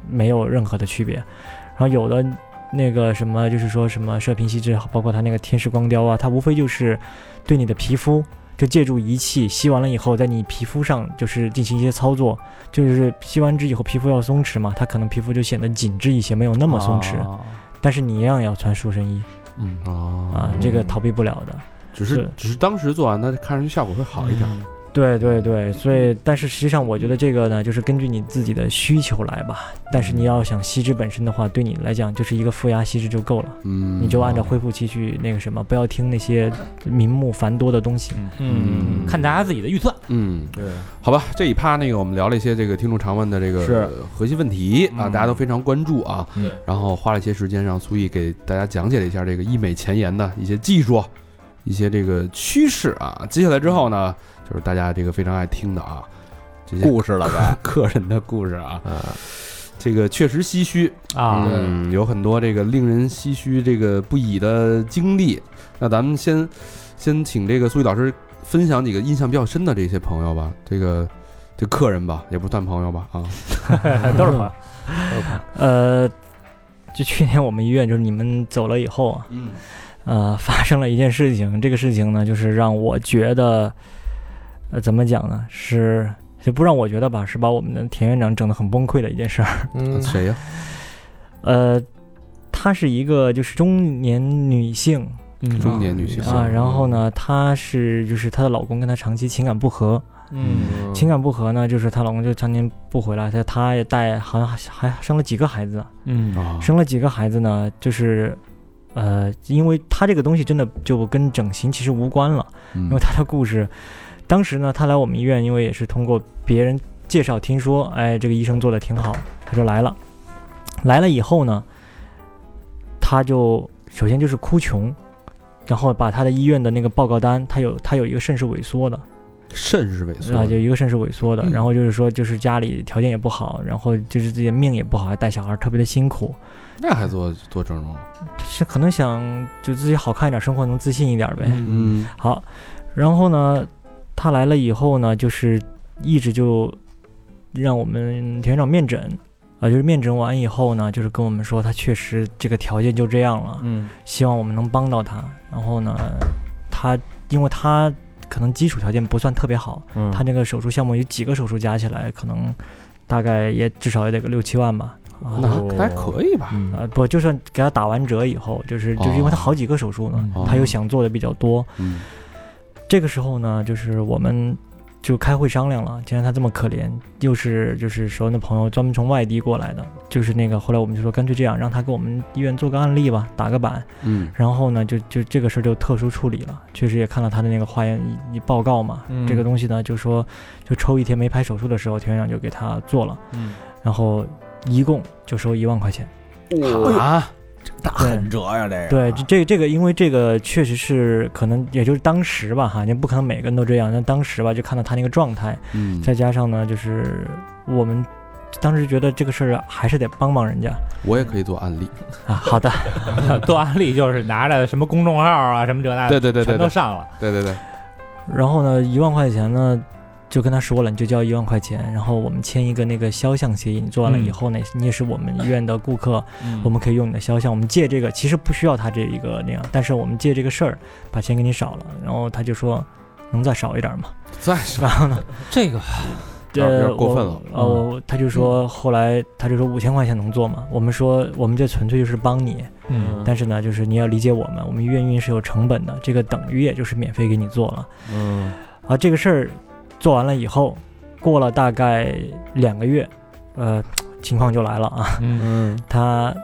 没有任何的区别。然后有的那个什么，就是说什么射频吸脂，包括它那个天使光雕啊，它无非就是对你的皮肤，就借助仪器吸完了以后，在你皮肤上就是进行一些操作，就是吸完脂以后皮肤要松弛嘛，它可能皮肤就显得紧致一些，没有那
那
么松弛，
哦啊
但是你一样要穿塑身衣啊
嗯
哦
啊，这个逃避不了的。
只是
是
只是当时做完，它看上去效果会好一点。
对对对，所以但是实际上我觉得这个呢，就是根据你自己的需求来吧。但是你要想吸脂本身的话，对你来讲就是一个负压吸脂就够了，
嗯，
你就按照恢复期去那个什么，不要听那些名目繁多的东西。
嗯
看大家自己的预算。
嗯，
对，
好吧，这一趴那个我们聊了一些这个听众常问的这个
是
核心问题啊，
嗯
大家都非常关注啊。
嗯
然后花了一些时间让苏毅给大家讲解了一下这个医美前沿的一些技术，一些这个趋势啊。接下来之后呢，就是大家这个非常爱听的啊，这些
故事了呗，
客人的故事啊，
啊，
这个确实唏嘘
啊，
嗯，有很多这个令人唏嘘、这个不已的经历。那咱们先先请这个苏毅老师分享几个印象比较深的这些朋友吧，这个这客人吧，也不算朋友吧啊，
都是朋友。
*laughs* 呃，就去年我们医院就是你们走了以后啊，
嗯
呃，发生了一件事情，这个事情呢，就是让我觉得，呃，怎么讲呢？是就不让我觉得吧，是把我们的田院长整得很崩溃的一件事儿。
嗯
谁呀、
呃，她是一个就是中年女性
嗯
中年女性
啊，然后呢，她是就是她的老公跟她长期情感不和，
嗯
情感不和呢，就是她老公就常年不回来，她她也带好像还还生了几个孩子，
嗯
啊，
生了几个孩子呢，就是。呃，因为她这个东西真的就跟整形其实无关了，因为
嗯
她的故事，当时呢，她来我们医院，因为也是通过别人介绍，听说，哎，这个医生做的挺好，她就来了。来了以后呢，她就首先就是哭穷，然后把她的医院的那个报告单，她有她有一个肾是萎缩的，
肾是萎缩
啊，
的，
就一个肾是萎缩的，
嗯
然后就是说就是家里条件也不好，然后就是自己的命也不好，还带小孩，特别的辛苦，
那还做做整容？啊
是可能想就自己好看一点，生活能自信一点呗。
嗯
好，然后呢，他来了以后呢，就是一直就让我们田院长面诊，啊、就是面诊完以后呢，就是跟我们说他确实这个条件就这样了，
嗯
希望我们能帮到他。然后呢，他因为他可能基础条件不算特别好，
嗯
他那个手术项目有几个手术加起来，可能大概也至少也得个六七万吧。啊
那
哦
还还可以吧？
嗯
呃，不，就算给他打完折以后，就是就是因为他
哦
好几个手术呢，
哦
他又想做的比较多，
嗯
这个时候呢，就是我们就开会商量了，既然他这么可怜，又是就是熟人的朋友专门从外地过来的，就是那个后来我们就说干脆这样，让他给我们医院做个案例吧，打个板，
嗯
然后呢就就这个事儿就特殊处理了，确实也看到他的那个化验一一报告嘛，
嗯
这个东西呢就说就抽一天没排手术的时候，田院长就给他做了，
嗯
然后一共就收一万块钱。
啊，
大狠折呀，这个
对，这这这个，因为这个确实是可能，也就是当时吧，哈，你不可能每个人都这样。但当时吧，就看到他那个状态，
嗯，
再加上呢，就是我们当时觉得这个事儿还是得帮帮人家
我也可以做案例。
啊。好的，
做案例就是拿着什么公众号啊，什么这那，
对对对对
全都
对
上了。
对对对，
然后呢，一万块钱呢，就跟他说了，你就交一万块钱，然后我们签一个那个肖像协议，你做完了以后呢，你也是我们医院的顾客，
嗯
我们可以用你的肖像，我们借这个，其实不需要他这一个那样，但是我们借这个事儿把钱给你少了，然后他就说能再少一点吗？
再是
然后呢？
这个
啊有点
这
过分
我
了嗯
呃，我他就说后来他就说五千块钱能做吗？我们说我们这纯粹就是帮你，
嗯
但是呢，就是你要理解我们，我们医院运营是有成本的，这个等于也就是免费给你做了。
嗯
啊，这个事儿做完了以后，过了大概两个月，呃，情况就来了啊，
嗯
嗯，
他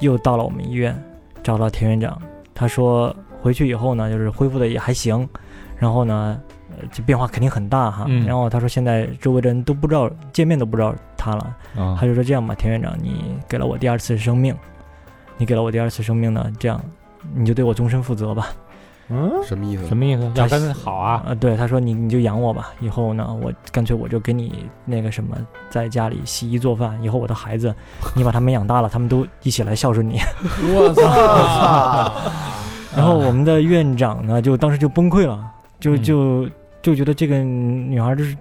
又到了我们医院，找到田院长，他说回去以后呢，就是恢复的也还行，然后呢，呃，这变化肯定很大哈。
嗯
然后他说现在周围的人都不知道见面都不知道他了，
啊
他就说这样吧，田院长，你给了我第二次生命，你给了我第二次生命呢，这样你就对我终身负责吧。
什么意思？
什么意思？要跟好啊？
呃，对，他说你你就养我吧，以后呢，我干脆我就给你那个什么，在家里洗衣做饭，以后我的孩子，你把他们养大了，他们都一起来孝顺你。
我操！
然后我们的院长呢，就当时就崩溃了，就
嗯
就就觉得这个女孩就是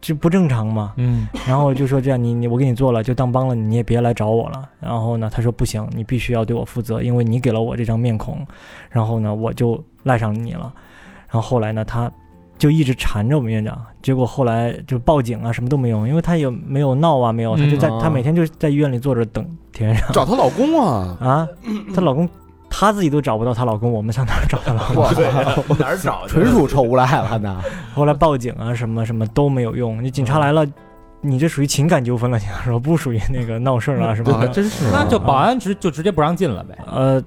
这不正常嘛，
嗯
然后就说这样，你你我给你做了，就当帮了你，你也别来找我了。然后呢，他说不行，你必须要对我负责，因为你给了我这张面孔，然后呢，我就赖上你了。然后后来呢，他就一直缠着我们院长，结果后来就报警啊，什么都没用，因为他也没有闹啊，没有，他就在、
嗯
他每天就在医院里坐着等田院长
找她老公啊？
啊，她老公。 *clears throat* 她自己都找不到她老公，我们上哪儿找她老公？
对
哪儿找去？
*laughs* 纯属臭无赖了那。
后来报警啊，什么什么都没有用。你警察来了，你这属于情感纠纷了，你说不属于那个闹事儿啊什么
啊，还
的。
真是啊。
那就保安直就直接不让进了呗。
呃，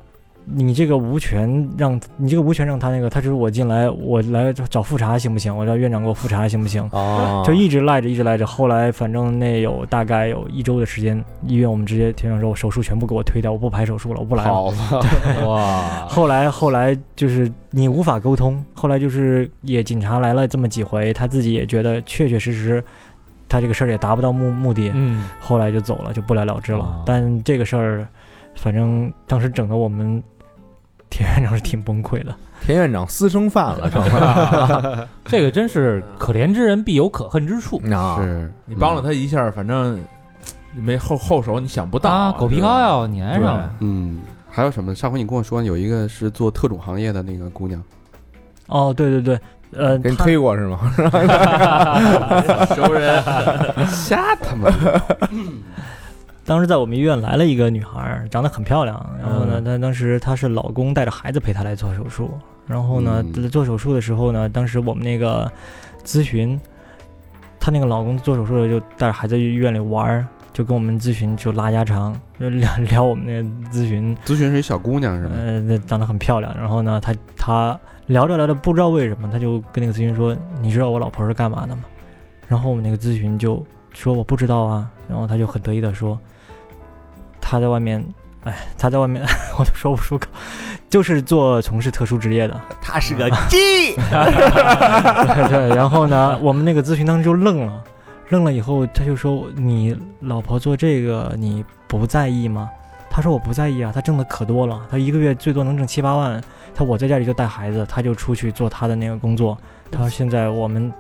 你这个无权让，你这个无权让他那个，他就是我进来，我来找复查行不行？我让院长给我复查行不行？
*laughs* 哦
就一直赖着，一直赖着。后来反正那有大概有一周的时间，医院我们直接庭长说，我手术全部给我推掉，我不排手术了，我不来了。
好吧， *laughs*
哇，
后来后来就是你无法沟通，后来就是也警察来了这么几回，他自己也觉得确确实实，他这个事儿也达不到目目的，
嗯，
后来就走了，就不了了之了。
哦
但这个事儿，反正当时整的我们 *laughs* 田院长是挺崩溃的。
田院长私生饭了，成
嗯这个真是可怜之人必有可恨之处
嗯
了啊！
是
你帮了他一下，反正没后后手，你想不到
啊！狗皮膏
呀，
药粘上了，
嗯，还有什么？上回你跟我说有一个是做特种行业的那个姑娘，
哦，对对对，呃，
给你
他
推过是吗？
熟人，
瞎他妈
当时在我们医院来了一个女孩儿，长得很漂亮。然后呢，她当时她是老公带着孩子陪她来做手术。然后呢，
嗯
做手术的时候呢，当时我们那个咨询，她那个老公做手术的就带着孩子去医院里玩儿，就跟我们咨询就拉家常，就聊 *laughs* 聊我们那个咨询，
咨询是一小姑娘是吧？
呃，那长得很漂亮。然后呢，她她聊着聊着，不知道为什么，她就跟那个咨询说：“你知道我老婆是干嘛的吗？”然后我们那个咨询就说：“我不知道啊。”然后她就很得意的说：“她在外面，哎，她在外面， *laughs* 我都说不出口，就是做从事特殊职业的。
他是个鸡，
对” *laughs* 对。然后呢，我们那个咨询当时就愣了，愣了以后，她就说：“你老婆做这个，你不在意吗？”她说：“我不在意啊，她挣的可多了，她一个月最多能挣七八万。她我在家里就带孩子，她就出去做她的那个工作。她说现在我们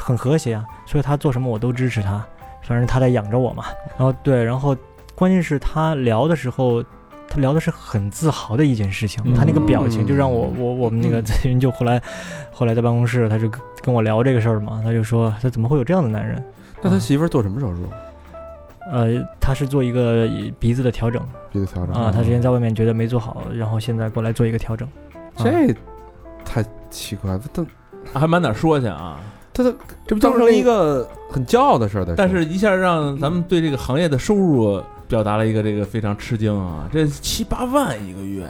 很和谐啊，所以她做什么我都支持她，反正她在养着我嘛。然后对，然后关键是她聊的时候。”她聊的是很自豪的一件事情，她那个表情就让我我我们那
嗯
个咨询就后来，后来在办公室，她就跟跟我聊这个事儿嘛，她就说她怎么会有这样的男人？
那他媳妇儿做什么手术？
呃，她是做一个鼻子的调整，
鼻子调整
啊，他之前在外面觉得没做好，然后现在过来做一个调整。
这太奇怪了，他
还满哪说去啊？
他他
这不
当
就是
成
那
一个很骄傲的事儿的。
但是一下让咱们对这个行业的收入表达了一个这个非常吃惊啊！这七八万一个月，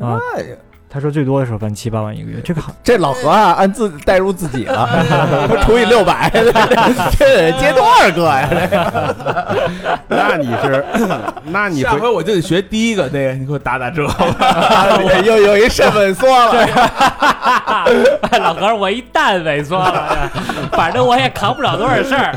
啊
哎呀
他说最多的时候反正七八万一个
*laughs*
月，这个好
这老何啊，按自代入自己了，除以六百，这得接多少个呀？
那你是，那
下回我就得学第一个那个，你给我打打折。
这又 *laughs* 有一身份缩了，
*laughs* 老哥，我一旦萎缩了，反正我也扛不了多少事儿，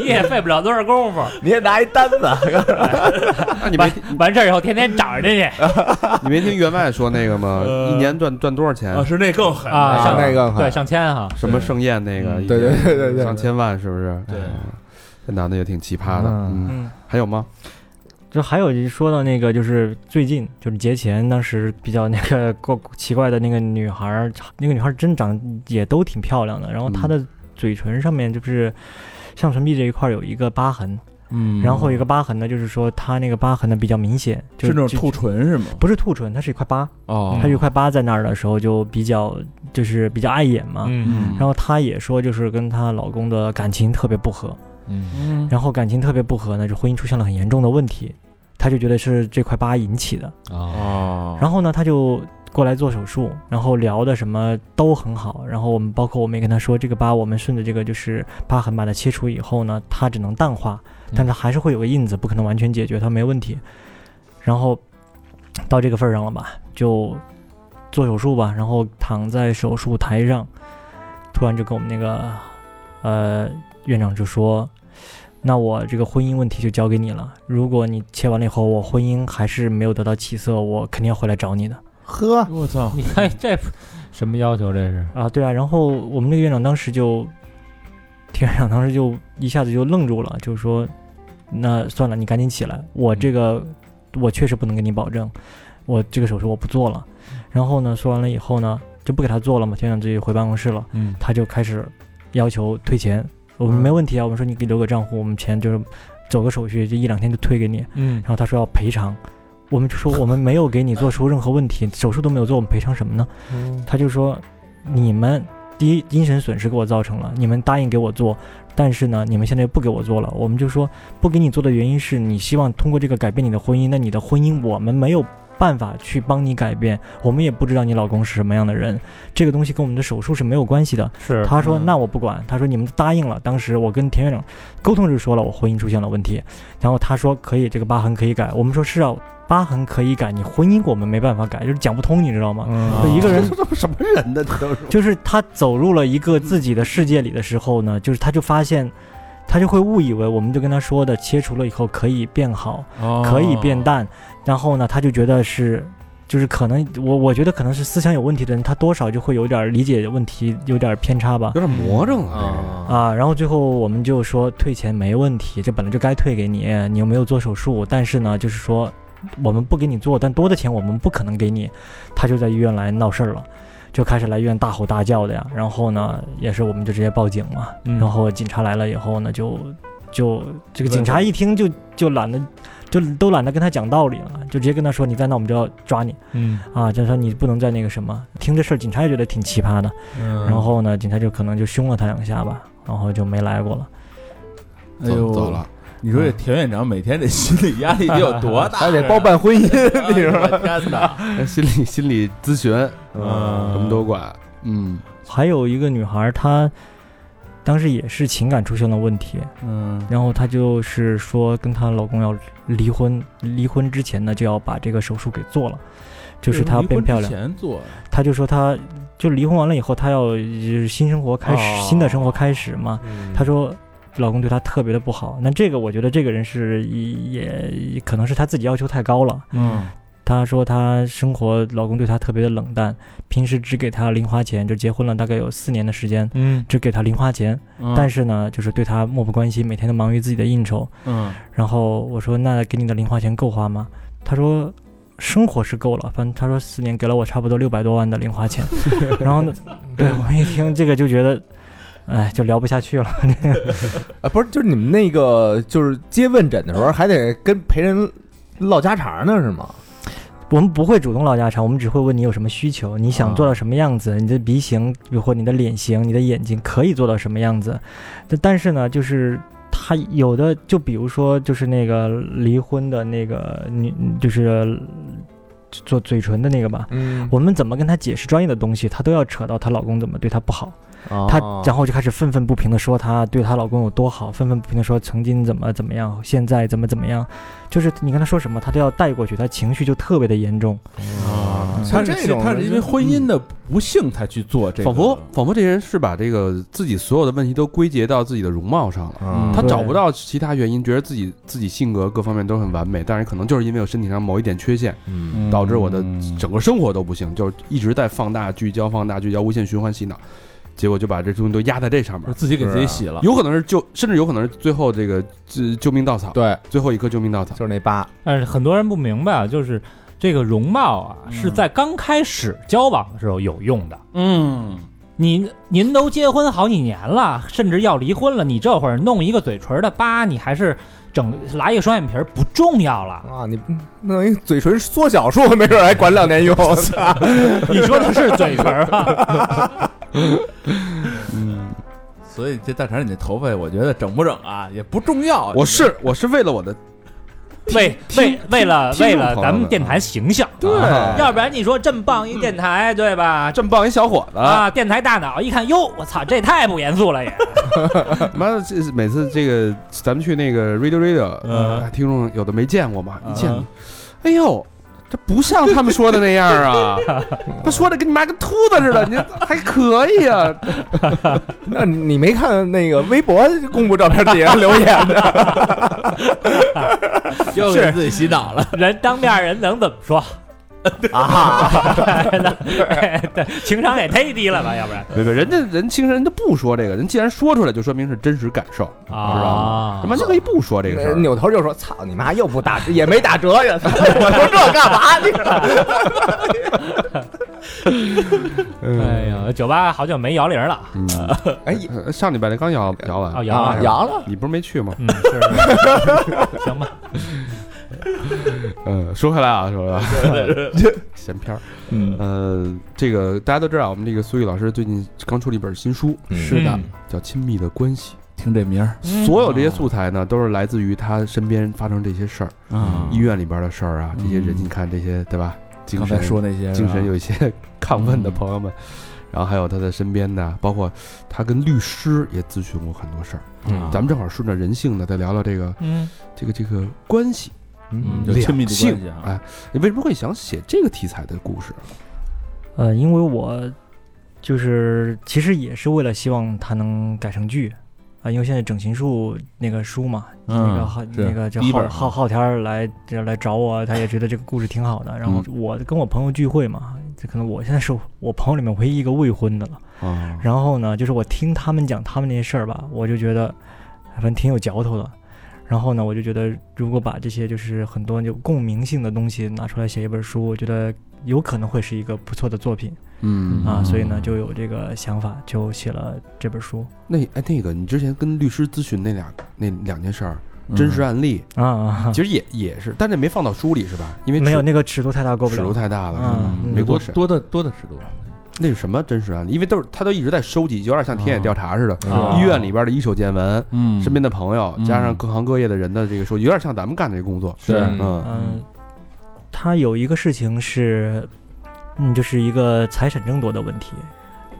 你也费不了多少功夫。
*laughs* 你也拿一单子，
那你没 *laughs*
完完事儿以后，天天找人家去
你没听员外说那个吗？
呃
一年赚赚多少钱
啊，？是那更狠
啊，上
那个
对上千啊哈，
什么盛宴那个？
嗯
一
对对
年
对对对
上千万是不是？
对
哎呀，这男的也挺奇葩的。
嗯
嗯，
嗯，
还有 *laughs* 吗？
就还有就是说到那个就是最近就是节前当时比较那个 *laughs* 过奇怪的那个女孩儿，那个女孩儿真长也都挺漂亮的，然后
嗯
她的嘴唇上面就是上唇壁这一块儿有一个疤痕，
嗯
然后有一个疤痕呢，就是说她那个疤痕呢比较明显，就是
那种
就
兔唇是吗？
不是兔唇，它是一块疤，
哦
它有一块疤在那儿的时候就比较就是比较碍眼嘛，
嗯
然后她也说，就是跟她老公的感情特别不和，
嗯， *laughs*
嗯
然后感情特别不和呢，就婚姻出现了很严重的问题，她就觉得是这块疤引起的。
哦，
哦，
然后呢，她就过来做手术，然后聊的什么都很好。然后我们包括我们也跟她说，这个疤我们顺着这个就是疤痕把它切除以后呢，它只能淡化，但它还是会有个印子，不可能完全解决，它没问题。然后到这个份儿上了吧，就做手术吧。然后躺在手术台上，突然就跟我们那个呃院长就说：“那我这个婚姻问题就交给你了。如果你切完了以后，我婚姻还是没有得到起色，我肯定要回来找你的
呵，
我操，
你看哎这什么要求这是？
啊！”对啊，然后我们那个院长当时就，田院长当时就一下子就愣住了，就说：“那算了，你赶紧起来，我这个我确实不能给你保证，我这个手术我不做了。”然后呢，说完了以后呢，就不给他做了嘛，田院长自己回办公室了。
嗯，
他就开始要求退钱。我们没问题啊，我们说你给留个账户，我们钱就是走个手续，这一两天就退给你。
嗯
然后他说要赔偿，我们就说我们没有给你做出任何问题，手术都没有做，我们赔偿什么呢？他就说你们第一精神损失给我造成了，你们答应给我做，但是呢，你们现在又不给我做了。我们就说不给你做的原因是你希望通过这个改变你的婚姻，那你的婚姻我们没有。办法去帮你改变，我们也不知道你老公是什么样的人，这个东西跟我们的手术是没有关系的。
是
他说：“那我不管。”他说：“你们答应了。”当时我跟田院长沟通就说了，我婚姻出现了问题。然后他说：“可以，这个疤痕可以改。”我们说：“是啊，疤痕可以改，你婚姻我们没办法改，就是讲不通，你知道
啊
吗？”
嗯
就一个人，
这都什么人呢？这都是
就是他走入了一个自己的世界里的时候呢，就是他就发现，他就会误以为我们就跟他说的切除了以后可以变好，
哦
可以变淡。然后呢，他就觉得是，就是可能我我觉得可能是思想有问题的人，他多少就会有点儿理解问题有点儿偏差吧。
有点魔怔啊！
啊，然后最后我们就说退钱没问题，这本来就该退给你，你又没有做手术，但是呢，就是说我们不给你做，但多的钱我们不可能给你。他就在医院来闹事儿了，就开始来医院大吼大叫的呀。然后呢，也是我们就直接报警嘛。
嗯
然后警察来了以后呢，就就这个警察一听就就懒得。就都懒得跟他讲道理了，就直接跟他说：“你再闹，我们就要抓你
嗯，
啊！”就说你不能再那个什么。听这事儿，警察也觉得挺奇葩的，
然
然后呢，警察就可能就凶了他两下吧，然后就没来过了。
哎呦
走走了，
你说这田院长每天这心理压哎力得有多
*laughs*
大？
还
啊
得包办婚姻，
哎呦我天哪！
哎心理 *laughs* 心理咨询，
嗯
什么都管。嗯，
还有一个女孩儿，她当时也是情感出现了问题，
嗯，
然后她就是说跟她老公要离婚，离婚之前呢就要把这个手术给做了，就是她要变漂亮。
前做
她就说她就离婚完了以后，她要就是新生活开始，
哦
新的生活开始嘛。她说。老公对她特别的不好，那这个我觉得这个人是也也可能是她自己要求太高了，
嗯
她说她生活老公对她特别的冷淡，平时只给她零花钱，就结婚了大概有四年的时间，
嗯，
只给她零花钱，
嗯
但是呢，就是对她漠不关心，每天都忙于自己的应酬。
嗯
然后我说那给你的零花钱够花吗？她说。生活是够了，反正她说四年给了我差不多六百多万的零花钱，然后呢，对我一听这个就觉得，哎，就聊不下去了。
啊，不是，就是你们那个就是接问诊的时候，还得跟陪人唠家常呢，是吗？
我们不会主动唠家常，我们只会问你有什么需求，你想做到什么样子，你的鼻型，比如或你的脸型、你的眼睛可以做到什么样子。但但是呢，就是他有的，就比如说，就是那个离婚的那个女，就是做嘴唇的那个吧。
嗯，
我们怎么跟她解释专业的东西，她都要扯到她老公怎么对她不好，她然后就开始愤愤不平的说她对她老公有多好，愤愤不平的说曾经怎么怎么样，现在怎么怎么样，就是你跟她说什么，她都要带过去，她情绪就特别的严重。
啊
像
他是
这种
他是因为婚姻的不幸才去做这个，
仿佛仿佛这人是把这个自己所有的问题都归结到自己的容貌上了。
嗯
啊
他
对
找不到其他原因，觉得自己自己性格各方面都很完美，但是可能就是因为我身体上某一点缺陷，
嗯
嗯
导致我的整个生活都不行，就是一直在放大聚焦、放大聚焦、无限循环洗脑，结果就把这东西都压在这上面
我。自
啊
己给自己洗了。
有可能是救，甚至有可能是最后这个救救命稻草，
对，
最后一颗救命稻草。
就是那疤，
但是很多人不明白啊，就是这个容貌啊，
嗯
是在刚开始交往的时候有用的。
嗯，
您您都结婚好几年了，甚至要离婚了，你这会儿弄一个嘴唇的疤，你还是整拉一个双眼皮儿不重要了。 *laughs*
啊，你弄一嘴唇缩小术，没准还管两
*laughs*
年用。
你说的是嘴唇儿啊
*laughs*
吧？
所以这大肠，你的头发我觉得整不整啊也不重要。
我是我是为了我的
为为为了
听
为
众朋
了
友们
咱们电台形象，啊
对
要不然你说这么棒一电台，对吧？
*laughs* 这么棒一小伙子，
啊，电台大脑一看，哟，我操，这太不严肃了也。 *laughs*
妈的，这每次这个咱们去那个 Radio Radio，、
嗯
呃、听众有的没见过嘛，一见，
嗯
哎呦，这不像他们说的那样啊，他说的跟你妈跟秃子似的，你 *laughs* 还可以啊，
那你你没看那个微博公布照片底下留
*laughs*
言的？
又给自己洗
*laughs*
脑了。
人当面人能怎么说？ *laughs* 啊，对，情商也忒低了吧？ *laughs* 要不然
没没，人家人其实人家不说这个，人既然说出来，就说明是真实感受，
啊
他妈就可以不说这个
哎
事儿。
扭头就说：“操你妈，又不打，也没打折呀！操我说这干嘛？你
哎呀，酒吧好久没摇铃了
嗯，
哎
呃上礼拜那刚摇摇完
啊，，
啊
摇
阳了，
你不是没去吗？
嗯，是，行吧，
嗯，说回来啊，说回 *laughs* 来，闲篇儿。
嗯，
呃，这个大家都知道，我们这个苏毅老师最近刚出了一本新书，
嗯
是
的，
叫《亲密的关系
听这名儿》，
所有这些素材呢，都是来自于他身边发生这些事儿，
啊
医，院里边的事儿啊，这些人，
嗯
你看这些对吧？嗯精
刚
神
才说那嗯些是啊
精
吧
神有一些亢奋的朋友们，然后还有他的身边的，包括他跟律师也咨询过很多事儿。
嗯
咱们正好顺着人性呢，再聊聊这个
嗯，
这个这个关系。
嗯，有亲密
两
的
性
关系啊，
哎，你为什么会想写这个题材的故事？
*laughs* 呃，因为我就是其实也是为了希望它能改成剧啊、因为现在整形术那个书嘛，那个
嗯
浩，
是
那个就
第一本
浩
儿
浩浩天儿来这来找我，他也觉得这个故事挺好的。然后
嗯
我跟我朋友聚会嘛，这可能我现在是我朋友里面唯一一个未婚的了。
啊，
然后呢，就是我听他们讲他们那些事儿吧，我就觉得反正挺有嚼头的。然后呢，我就觉得如果把这些就是很多有共鸣性的东西拿出来写一本书，我觉得有可能会是一个不错的作品
嗯
啊。
嗯
所以呢，就有这个想法，就写了这本书
那哎，那个你之前跟律师咨询那俩那两件事儿，真实案例，
啊啊。
其实也也是，但这没放到书里是吧？因为
没有
尺
那个尺度太大，过不
尺度
了。
太大了，
嗯
嗯没
没多
过审。
多的多的尺
啊
度，
那是什么真实案例？因为都是他都一直在收集，有点像田野调查似的，
啊
医院里边的一手见闻，
嗯
身边的朋友，
嗯
加上各行各业的人的这个收集，有点像咱们干的这个工作。
是
嗯
嗯，他有一个事情是，嗯，就是一个财产争夺的问题。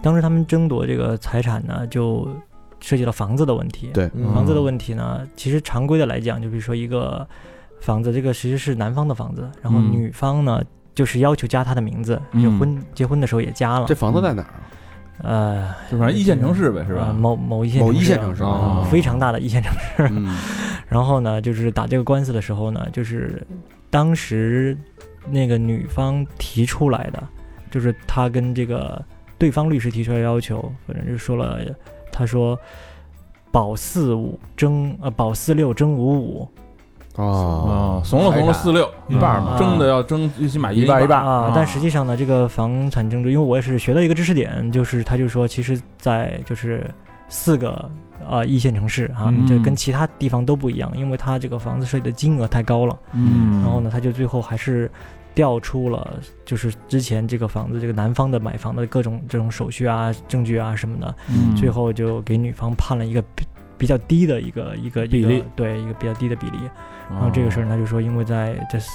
当时他们争夺这个财产呢，就涉及到房子的问题。
对
嗯房子的
问
问题呢，其实常规的来讲，就比如说一个房子，这个其实是男方的房子，然后
嗯
女方呢。就是要求加他的名字，
嗯
就婚结婚的时候也加了
这，房子在哪儿啊？
呃，
就反正一线城市呗，是
呃
吧？
某某一线
某一线
啊
城市
啊
非常大的一线城市。
嗯
然后呢，就是打这个官司的时候呢，就是当时那个女方提出来的，就是她跟这个对方律师提出来的要求，反正就说了，她说保四五争呃保四六争五五
哦，
啊，怂了怂了四六嗯
一半儿
嘛
争的要争，最起码
一半儿
一
一半儿
啊，但实际上呢，这个房产争执，因为我也是学到一个知识点，就是他就说，其实，在就是四个呃一线城市啊，
嗯
这跟其他地方都不一样，因为他这个房子税的金额太高了。
嗯，
然后呢，他就最后还是调出了，就是之前这个房子这个男方的买房的各种这种手续啊、证据啊什么的，
嗯，
最后就给女方判了一个比比较低的一个一个
比
一
例哦
个对一个比较低的比例。
然
然啊后这个事儿，他就说，因为在这四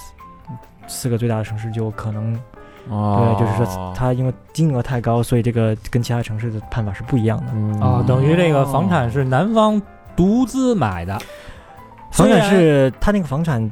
四个最大的城市就可能
哦，
对，就是说他因为金额太高，所以这个跟其他城市的判法是不一样的。
嗯
啊，等于这个房产是男方独资买的，
房
虽
产
然
是他那个
*coughs*
房产，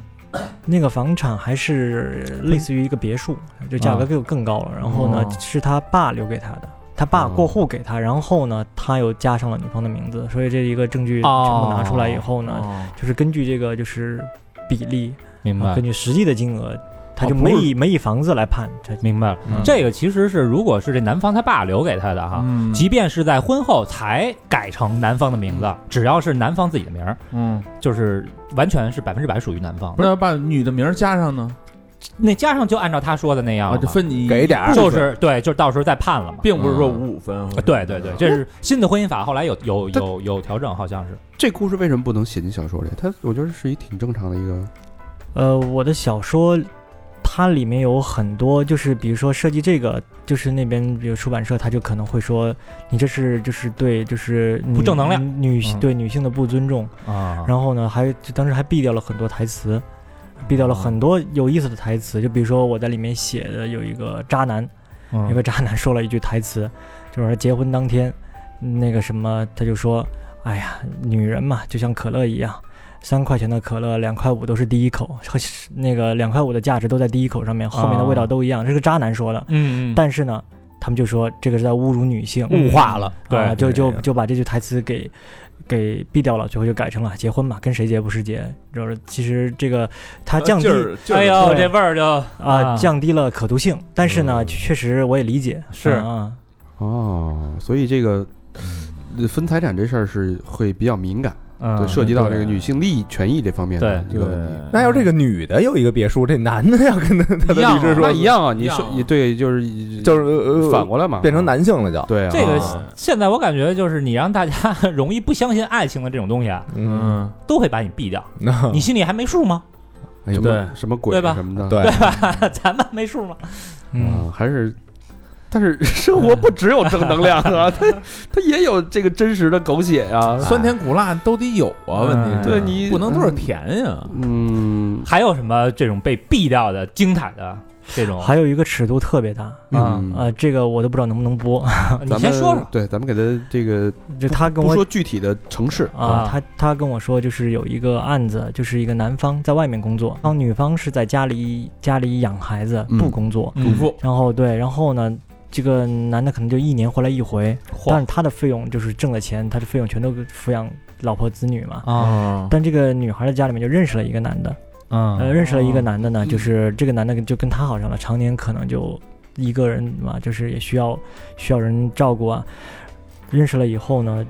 那个房产还是类似于一个别墅，就价格更更高了。然后呢
嗯啊哦，
是他爸留给他的，他爸过户给他，然后呢，他又加上了女方的名字，所以这一个证据全部拿出来以后呢，
哦
就是根据这个就是比例，
明
啊
白
根据实际的金额，他
哦
就
不
没
是
以没以房子来判，他
明白了。
嗯
这个其实是如果是这男方他爸留给他的哈，
嗯
即便是在婚后才改成男方的名字，只要是男方自己的名儿，
嗯，
就是完全是百分之百属于男方
不。是要把女的名儿加上呢？
那加上就按照他说的那样
啊，
了
就
嘛，
分你
给点儿
就是对，就是到时候再判了嘛。
并不是说五五分
啊。对对对，这是新的婚姻法，后来有有有有调整，好像是。
这故事为什么不能写进小说里？它我觉得是一挺正常的一个，
呃，我的小说它里面有很多，就是比如说设计这个，就是那边比如出版社，他就可能会说你这是就是对就是女
不正能量
女性
嗯
对女性的不尊重。
啊
然后呢，还就当时还避掉了很多台词，避掉了
啊
很多有意思的台词。就比如说我在里面写的有一个渣男，有
嗯
个渣男说了一句台词，就是结婚当天，那个什么，他就说：“哎呀，女人嘛，就像可乐一样，三块钱的可乐，两块五都是第一口，和那个两块五的价值都在第一口上面，后面的味道都一样。”这是渣男说的，
哦嗯嗯，
但是呢，他们就说这个是在侮辱女性，
物化了，
啊，
嗯对，
就就就把这句台词给给避掉了，最后就改成了结婚嘛，跟谁结不是结，就是其实这个他降低
呃劲儿劲儿
哎
呦
呦，
这
这味儿就
啊、降低了可读性，但是呢，确实我也理解
嗯是
啊。
哦，所以这个
嗯
呃分财产这事儿是会比较敏感，对，
嗯
涉及到这个
啊对
女性利益权益这方面的
对
一
对
个问题。，
那要这个女的有一个别墅，这男的要跟他他的
一样
律师
那
说，
一样啊，
一
你
样
说
啊
你对就是
就是呃
反过来嘛，
变成男性了就。
对啊，
这个
啊
现在我感觉就是你让大家容易不相信爱情的这种东西啊，
嗯，
嗯，
都会把你毙掉。
那
你心里还没数吗？ *laughs*
哎呦
什么什么鬼
对吧
什么的，啊
对，
咱们没数吗？
嗯，
啊，还是。但是 *laughs* 生活不只有正能量啊，它它也有这个真实的狗血啊。
酸甜苦辣都得有
嗯
啊，问题是
对你
不能都是啊甜呀。
嗯
还有什么这种被毙掉的精彩的这种？
还有一个尺度特别大。
嗯
啊，这个我都不知道能不能播。 *laughs*
啊你
咱
先
们
说说，
对，咱们给他这个
就他跟
不
我
说具体的城市，
啊
啊，
他他跟我说，就是有一个案子，就是一个男方在外面工作，然后女方是在家里家里养孩子
嗯
不工作，
主妇
然后对，然后呢，这个男的可能就一年回来一回，
嗯
但是他的费用就是挣的钱，他的费用全都抚养老婆子女嘛。
啊，
但这个女孩的家里面就认识了一个男的，呃，
哦
嗯
认识了一个男的呢，就是这个男的就跟他好上了，常年可能就一个人嘛，就是也需要需要人照顾啊。认识了以后呢，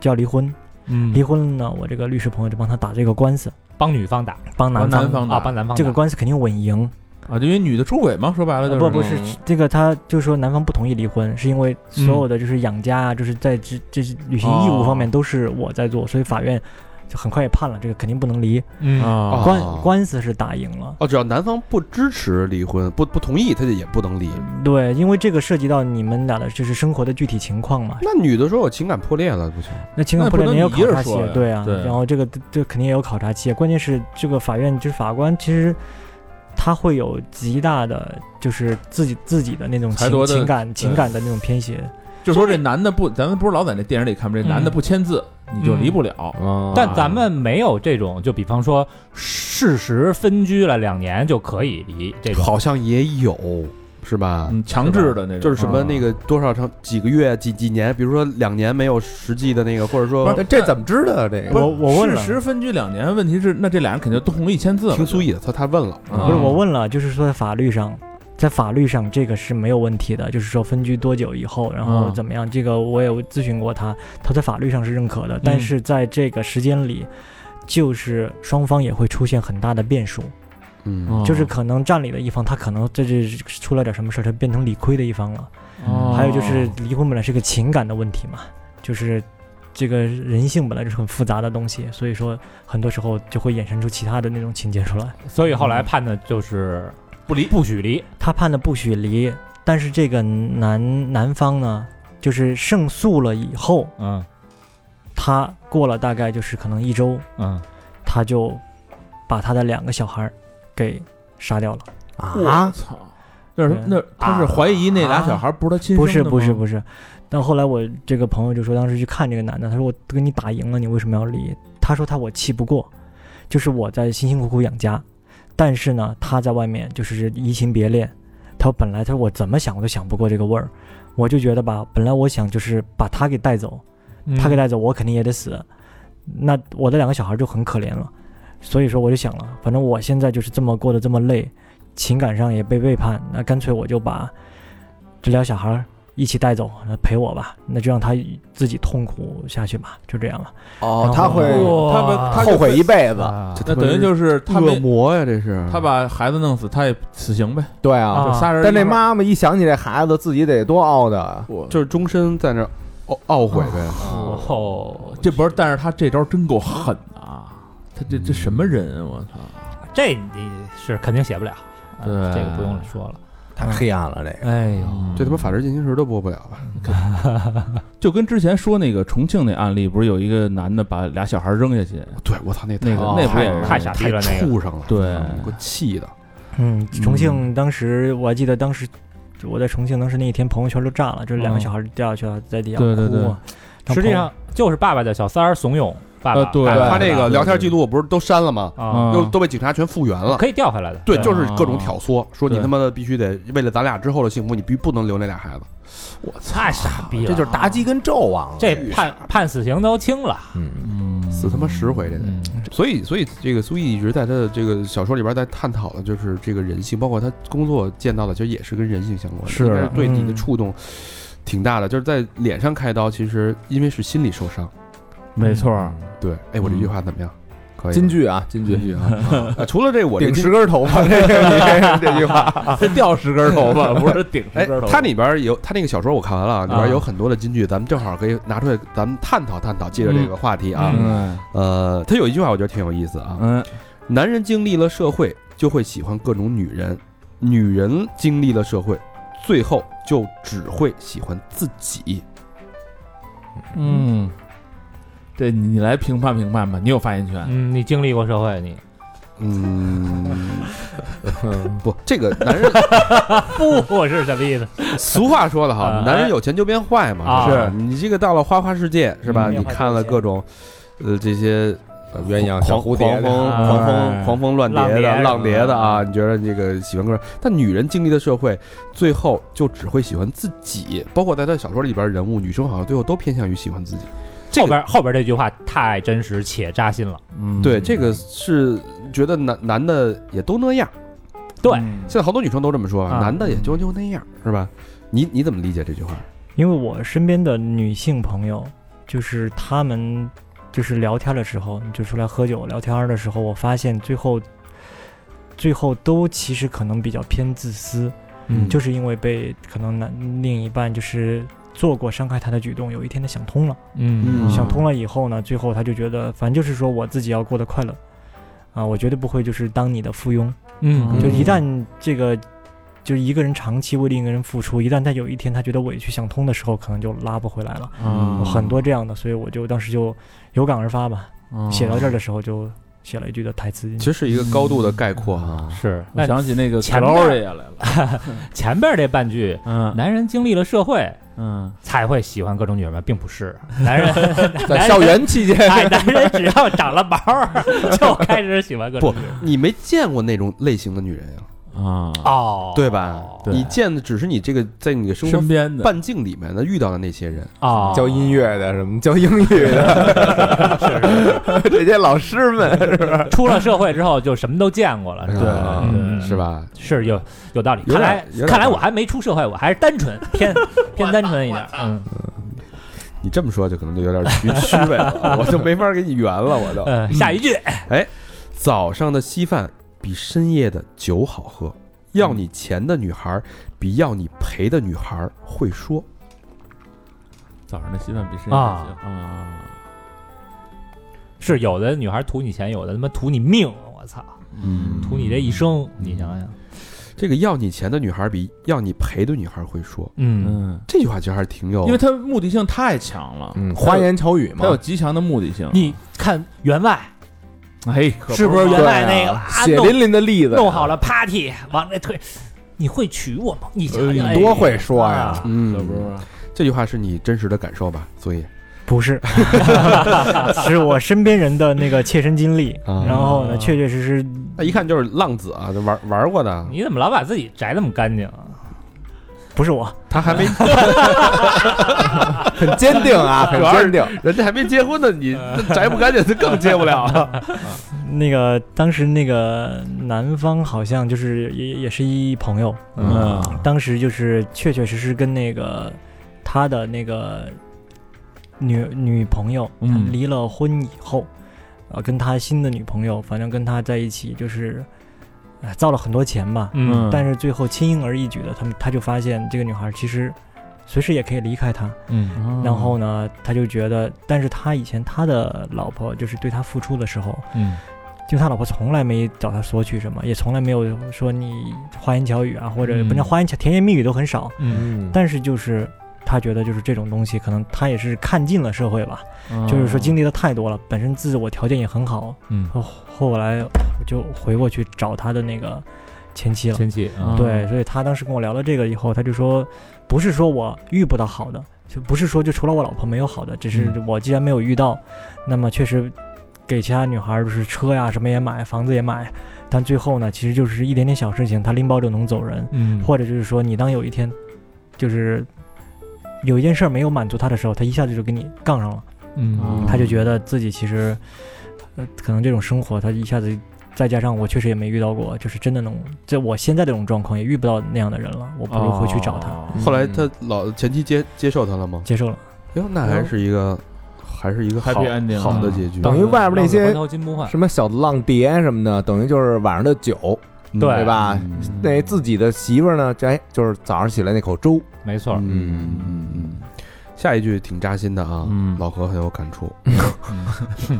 就要离婚，
嗯
离婚呢，我这个律师朋友就帮他打这个官司，
帮女方打
帮男
帮
方
男方
啊，
打
帮男方
这个
打
官司肯定稳赢。
啊，就因为女的出轨嘛，说白嗯了就是
啊
啊
不不是这个，他就说男方不同意离婚，是因为所有的就是养家啊，就是在这这是履行义务
哦
方面都是我在做，所以法院就很快也判了，这个肯定不能离。
嗯
啊，
哦
官官司是打赢了。
哦，只要男方不支持离婚，不不同意，他就也不能离。
对，因为这个涉及到你们俩的就是生活的具体情况嘛，
那女的说我情感破裂了，不行，
那情
那
感
不
破裂
能
也有
你一
考
人
察期
说呀，
对啊，
对
然后这个这肯定也有考察期，关键是这个法院就是法官其实。他会有极大的，就是自己自己的那种
财夺
情
的
情感情感的那种偏斜，
就说这男的不，咱们不是老在那电影里看吗？这
嗯
男的不签字，你就离不了。
但咱们没有这种，就比方说事实分居了两年就可以离这种，
好像也有，是吧？
嗯，强制的那种，
就是什么那
个
个多少长几个月啊几几年，比如说两年没有实际的那个，或者说
不
这这怎么知道啊这个？
我我问了
事实分居两年，问题是那这俩人肯定都同意签字了，
听苏毅的，他他问了，
嗯
啊
不是我问了，就是说在法律上，在法律上这个是没有问题的，就是说分居多久以后，然后
嗯
怎么样，这个我也咨询过他，他在法律上是认可的，但
嗯
是在这个时间里，就是双方也会出现很大的变数，
嗯，
哦
哦
就是可能占理的一方，他可能这就是出了点什么事儿，他变成理亏的一方了。
嗯
哦
还有就是离婚本来是个情感的问题嘛，就是这个人性本来就是很复杂的东西，所以说很多时候就会衍生出其他的那种情节出来。
所以后来判的就是不离，不许离。
他判的不许离，但是这个男男方呢，就是胜诉了以后，
嗯
他过了大概就是可能一周，
嗯，
他就把他的两个小孩儿给杀掉了。啊
我，操，那是那他是怀疑那俩小孩不是他亲生
不
的
是
吗
啊不是不是，但后来我这个朋友就说，当时去看这个男的，他说我都跟你打赢了，你为什么要离？他说他我气不过，就是我在辛辛苦苦养家，但是呢，他在外面就是移情别恋。他说本来他说我怎么想我都想不过这个味儿，我就觉得吧，本来我想就是把他给带走，嗯他
嗯
给带走我肯定也得死，那我的两个小孩就很可怜了。所以说我就想了，反正我现在就是这么过得这么累，情感上也被背叛，那干脆我就把这俩小孩儿一起带走，那陪我吧，那就让他自己痛苦下去吧，就这样了。
哦
他
他
会
会
他们他
后悔一辈子，
啊
这
那等于就是他
恶
没
魔呀，这是
他把孩子弄死，他也死刑呗，
对啊。
就仨人一块
但
儿。
那妈妈一想起这孩子，自己得多懊的。
我，
就是终身在那儿懊懊悔呗。
哦，
这不是，但是他这招真够狠的啊！他这这什么人啊？我操！
这你是肯定写不了，啊
对
这个不用说了。
太黑暗了，这个
哎呦，
这他妈法制进行时都播不了吧？
就跟之前说那个重庆那案例，不是有一个男的把俩小孩扔下去？
对，我操，那
那个
太
那不也是
太傻逼了
太
那个
畜生了，
对
给我气的。
嗯，重庆当时我还记得当时就我在重庆当时那一天朋友圈都炸了，就是两个
哦
嗯
小孩儿掉下去了，在地下哭
对
啊。
对对
然后
实际
朋友
上就是爸爸的小三儿怂恿爸
呃
爸，
对
爸爸
他这个聊天记录我不是都删了吗？
嗯
啊，
都都被警察全复原了。
可以调回来的。
对，就是各种挑唆，说你
对
他妈的必须得为了咱俩之后的幸福，你必须不能留那俩孩子。
嗯太傻逼了，
这就是妲己跟纣王了。
这判判死刑都轻了。
嗯，
嗯
死他妈十回这得
嗯
所以，所以这个苏毅一直在他的这个小说里边在探讨的就是这个人性，包括他工作见到的，其实也是跟人性相关的，
是
应该是对你的
嗯
触动挺大的。就是在脸上开刀，其实因为是心理受伤。
没错儿，
对，哎，我这句话怎么样？可以吧。
金句啊，金
金
句，
句啊！啊除了这个，我这
顶
金
十根
*laughs*
头发，这个你这句话，
他掉十根头发，不是顶
哎
十根头，发。
它里边有他那个小说我看完了啊，里边
啊
有很多的金句，咱们正好可以拿出来，咱们探讨探讨，借着这个话题啊，
嗯
呃，他有一句话我觉得挺有意思啊，
嗯
男人经历了社会，就会喜欢各种女人；女人经历了社会，最后就只会喜欢自己。
嗯，这你你来评判评判吧，你有发言权。
嗯，你经历过社会， *laughs* 你
嗯，
嗯
不，这个男人
不是什么意思？
俗话说的好
啊，
男人有钱就变坏嘛，
啊
是吧你这个到了花哎花世界是吧？
嗯
你看了各种，呃，这些呃
鸳鸯小
狂
蝴蝶
狂风
啊
狂风狂风乱
浪
蝶
蝶是
的
吧
哎浪蝶的啊，你觉得这个喜欢个人？但女人经历的社会，最后就只会喜欢自己，包括在他小说里边人物，女生好像最后都偏向于喜欢自己。这
后
个
边后边这句话太真实且扎心了。
嗯，
对这个是觉得男男的也都那样，
对
嗯
现在好多女生都这么说，
啊
男的也就就那样，是吧？你你怎么理解这句话？
因为我身边的女性朋友，就是她们就是聊天的时候，就出来喝酒聊天的时候，我发现最后最后都其实可能比较偏自私，
嗯
就是因为被可能男另一半就是做过伤害她的举动，有一天她想通了，
嗯
想通了以后呢，最后她就觉得，反正就是说我自己要过得快乐。啊，我绝对不会就是当你的附庸，
嗯就
就一旦这个，就一个人长期为另一个人付出，一旦他有一天他觉得委屈想通的时候，可能就拉不回来了。
嗯
有啊很多这样的，所以我就当时就有感而发吧。
嗯
写到这儿的时候就写了一句的台词进
其
去。
实是一个高度的概括啊哈、
是
我
那
想起那个
前
c a
面
l o r i 来了，
前边这半句，
嗯
男人经历了社会
嗯，
才会喜欢各种女人吗？并不 *laughs* 是，男人
在校园期间
哎，男人只要长了毛儿就开始喜欢各种女人。
你没见过那种类型的女人呀、
啊，
哦，
对吧？
对
你见的只是你这个在你的生
身
活
边的
半径里面的遇到的那些人，
啊，
教音乐的，什么教英语的，
*laughs*
这些老师们，
出了社会之后就什么都见过了，是吧？
啊
嗯
是吧？
是有有道理。
有
看
点
来
有点
看来
道理
我还没出社会，我还是单纯偏偏单纯一点。嗯
你这么说就可能就有点虚虚伪了，我就没法给你圆了，我都。
呃，下一句
早上的稀饭比深夜的酒好喝，要你钱的女孩比要你赔的女孩会说。
早上的稀饭比深夜
啊
的稀饭啊，
是有的女孩图你钱，有的他妈图你命，我操，
嗯
图你这一生，
嗯
你想想，
这个要你钱的女孩比要你赔的女孩会说，
嗯，
嗯，
这句话其实还是挺有，
因为他目的性太强了，
嗯，花言巧语
他有
嘛，
极强的目的性。
你看员外
哎，可
是不是
对
原来那个
啊，
啊
血淋淋的例子，
弄好了 party 往那推，你会娶我吗？你想
呃，
想，
你
哎
多会说呀，
啊
可不
嗯，
是
这句话是你真实的感受吧？所以
*laughs* 不 *laughs* 是，是我身边人的那个切身经历。
啊
然后呢，确确实实
那一看就是浪子啊，就玩玩过的，
你怎么老把自己宅那么干净啊？
不是我，
他还没，
很坚定啊，很
主要是
坚定。
人家还没结婚呢，你宅不干净，就更结不了了。
那个当时那个男方好像就是也也是一朋友，
嗯
当时就是确确实实跟那个他的那个女女朋友，
嗯
离了婚以后，呃，跟他新的女朋友，反正跟他在一起就是，呃造了很多钱吧，
嗯
但是最后轻而易举的，他们他就发现这个女孩其实随时也可以离开他，
嗯
嗯
然后呢，他就觉得，但是他以前他的老婆就是对他付出的时候，
嗯
就他老婆从来没找他索取什么，也从来没有说你花言巧语啊，或者
嗯
不能花言巧甜言蜜语都很少。
嗯，
嗯，
但是就是他觉得就是这种东西，可能他也是看尽了社会吧，就是说经历的太多了，本身自我条件也很好，
嗯
后后来我就回过去找他的那个前妻了。
亲戚啊，
对，所以他当时跟我聊了这个以后，他就说，不是说我遇不到好的，就不是说就除了我老婆没有好的，只是
嗯
我既然没有遇到，那么确实给其他女孩儿就是车呀什么也买，房子也买，但最后呢，其实就是一点点小事情，他拎包就能走人，
嗯，
或者就是说你当有一天，就是有一件事儿没有满足他的时候，他一下子就跟你杠上了，
嗯，
他就觉得自己其实，呃，可能这种生活他一下子。再加上我确实也没遇到过，就是真的能，这我现在这种状况也遇不到那样的人了，我不如回去找他，
哦
后来他老前妻接接受他了吗？
接受了。
哟，那还是一个，还是一个好
Happy
啊
ending
好的结局。
等于外边那些
回头金不换，
什么小浪蝶什么的，等于就是晚上的酒，
嗯
对
对吧？
嗯
那自己的媳妇儿呢，这哎就是早上起来那口粥，
没错，
嗯嗯嗯。嗯下一句挺扎心的啊，
嗯
老何很有感触，